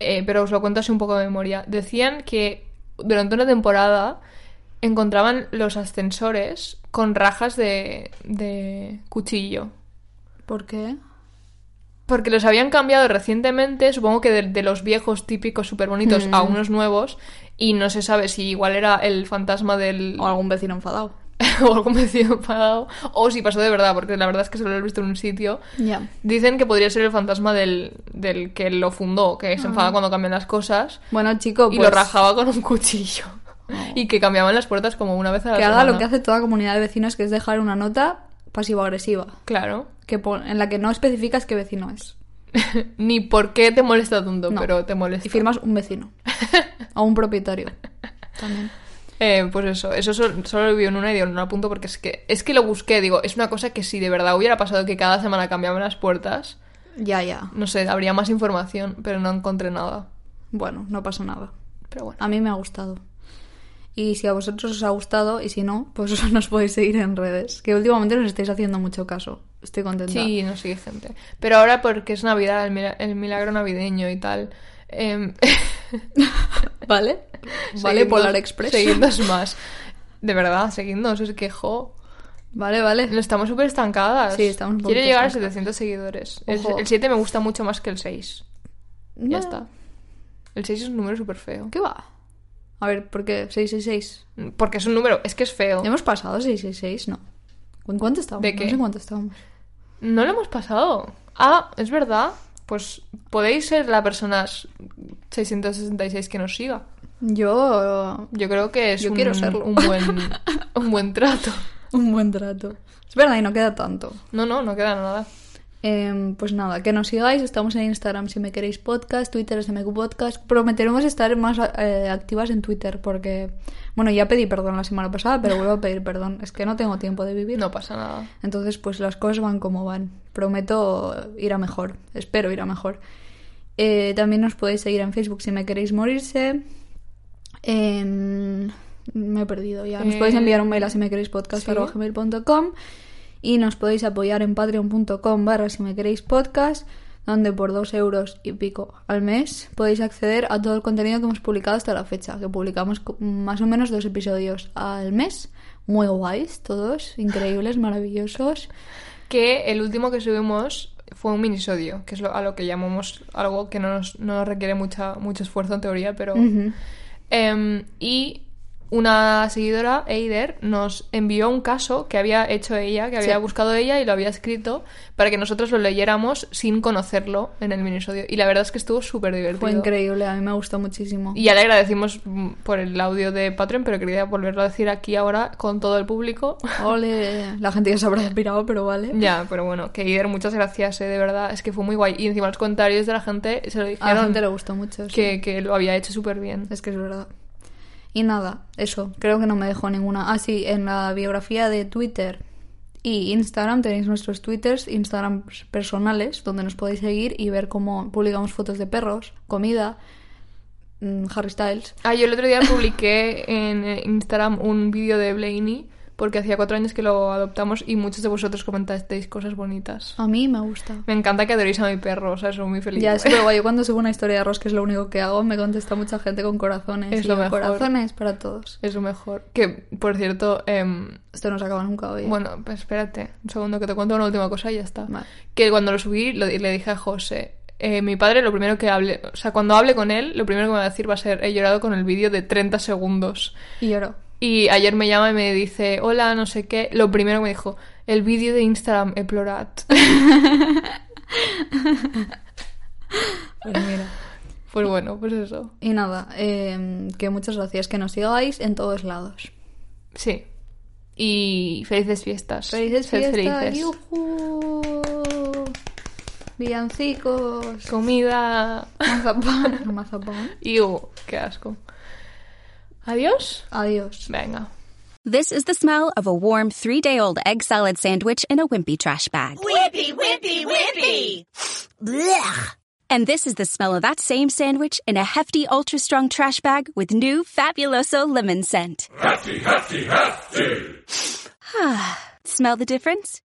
Eh, pero os lo cuento así un poco de memoria. Decían que durante una temporada encontraban los ascensores con rajas de, de cuchillo.
¿Por qué?
Porque los habían cambiado recientemente, supongo que de, de los viejos típicos súper bonitos
Mm.
a unos nuevos. Y no se sabe si igual era el fantasma del,
O algún vecino enfadado.
o algún vecino enfadado, o si pasó de verdad, porque la verdad es que solo lo he visto en un sitio.
Ya.
Dicen que podría ser el fantasma del, del que lo fundó, que se enfada cuando cambian las cosas
Ah. Bueno, chico,
y
pues Oh.
lo rajaba con un cuchillo. Y que cambiaban las puertas como una vez a la
que haga lo
semana.
que hace toda comunidad de vecinos, que es dejar una nota pasivo-agresiva,
Claro.
que pon- en la que no especificas qué vecino es.
Ni por qué te molesta tanto,
No.
pero te molesta.
Y firmas un vecino. o un propietario. También.
Eh, pues eso, eso sol- solo lo vi en una y digo, no lo apunto porque es que, es que lo busqué. Digo, es una cosa que si de verdad hubiera pasado que cada semana cambiaban las puertas,
Ya, ya.
no sé, habría más información, pero no encontré nada.
Bueno, no pasa nada.
Pero bueno.
A mí me ha gustado. Y si a vosotros os ha gustado, y si no, pues nos podéis seguir en redes. Que últimamente nos estáis haciendo mucho caso. Estoy contenta.
Sí, no sigue gente. Pero ahora porque es Navidad, el, mira- el milagro navideño y tal. em,
¿Vale? Vale,
seguidnos-
Polar Express.
Seguidnos más. De verdad, seguidnos, es que jo.
Vale, vale.
No estamos súper estancadas.
Sí, estamos un
Quiero
poquito
llegar a
estancadas.
700 seguidores. El,
Ojo.
7 me gusta mucho más que el 6.
Bueno,
Ya está. El 6 es un número súper feo.
¿Qué va? A ver, ¿por qué? 666.
Porque es un número, es que es feo.
¿Hemos pasado 666? No. ¿En cuánto estamos?
¿De
no
qué?
sé en cuánto estamos.
No lo hemos pasado. Ah, es verdad. Pues podéis ser la persona 666 que nos siga.
Yo...
Yo creo que es
Yo
un,
quiero serlo.
un buen, un buen trato.
Un buen trato. Es verdad, y no queda tanto.
No, no, no queda nada.
Em, pues nada, que nos sigáis. Estamos en Instagram si me queréis podcast, Twitter SMQ Podcast. Prometeremos estar más eh, activas en Twitter porque, bueno, ya pedí perdón la semana pasada, pero vuelvo a pedir perdón. Es que no tengo tiempo de vivir.
No pasa nada.
Entonces, pues las cosas van como van. Prometo ir a mejor. Espero ir a mejor. Eh, también nos podéis seguir en Facebook si me queréis morirse. En- Me he perdido ya. Nos
Eh,
podéis enviar un mail a si me queréis
sí.
podcast.com y nos podéis apoyar en patreon.com barra si me queréis podcast donde por dos euros y pico al mes podéis acceder a todo el contenido que hemos publicado hasta la fecha, que publicamos co- más o menos dos episodios al mes, muy guays todos, increíbles, maravillosos.
Que el último que subimos fue un minisodio, que es lo- a lo que llamamos algo que no nos, no nos requiere mucha, mucho esfuerzo en teoría, pero...
Ujú.
Em, y una seguidora, Eider, nos envió un caso que había hecho ella, que había
Sí.
buscado ella y lo había escrito para que nosotros lo leyéramos sin conocerlo en el minisodio. Y la verdad es que estuvo súper divertido.
Fue increíble, a mí me gustó muchísimo.
Y ya le agradecimos mm, por el audio de Patreon, pero quería volverlo a decir aquí ahora con todo el público.
Ole, la gente ya se habrá inspirado, pero vale.
ya, pero bueno, que Ider, muchas gracias, eh, de verdad, es que fue muy guay. Y encima los comentarios de la gente se lo
A la
dijeron
gente le gustó mucho. sí.
que, que lo había hecho súper bien.
Es que es verdad. Y nada, eso. Creo que no me dejó ninguna. Ah, sí, en la biografía de Twitter Y Instagram, tenéis nuestros twitters, Instagram personales, donde nos podéis seguir y ver cómo publicamos fotos de perros, comida, mm, Harry Styles.
Ah, yo el otro día publiqué en eh, Instagram un vídeo de Blaney porque hacía cuatro años que lo adoptamos y muchos de vosotros comentasteis cosas bonitas.
A mí me gusta.
Me eh. encanta que adoréis a mi perro, o sea, soy muy feliz.
Ah. Ya, es súper guay. Yo Cuando subo una historia de arroz, que es lo único que hago, me contesta mucha gente con corazones.
Es
Y
lo
yo,
mejor.
Corazones para todos.
Es lo mejor. Que, por cierto, em,
Esto no se acaba nunca hoy.
bueno, pues espérate un segundo que te cuento una última cosa y ya está.
Vale.
Que cuando lo subí lo- le dije a José, eh, mi padre lo primero que hable, o sea, cuando hable con él, lo primero que me va a decir va a ser, he llorado con el vídeo de 30 segundos.
Y lloro.
Y ayer me llama y me dice, hola, no sé qué. Lo primero que me dijo, el vídeo de Instagram he plorat.
Pues mira.
pues bueno, pues eso.
Y nada, eh, que muchas gracias, que nos sigáis en todos lados.
Sí. Y felices fiestas.
Felices
Sed
fiestas,
felices.
yujú. Villancicos,
Comida.
mazapán, mazapán.
Iu, qué asco. Adiós.
Adiós.
Venga.
This is the smell of a warm three day old egg salad sandwich in a wimpy trash bag.
Whippy, whippy, whippy! Blech!
And this is the smell of that same sandwich in a hefty, ultra strong trash bag with new Fabuloso lemon scent. Hefty, hefty, hefty! smell the difference?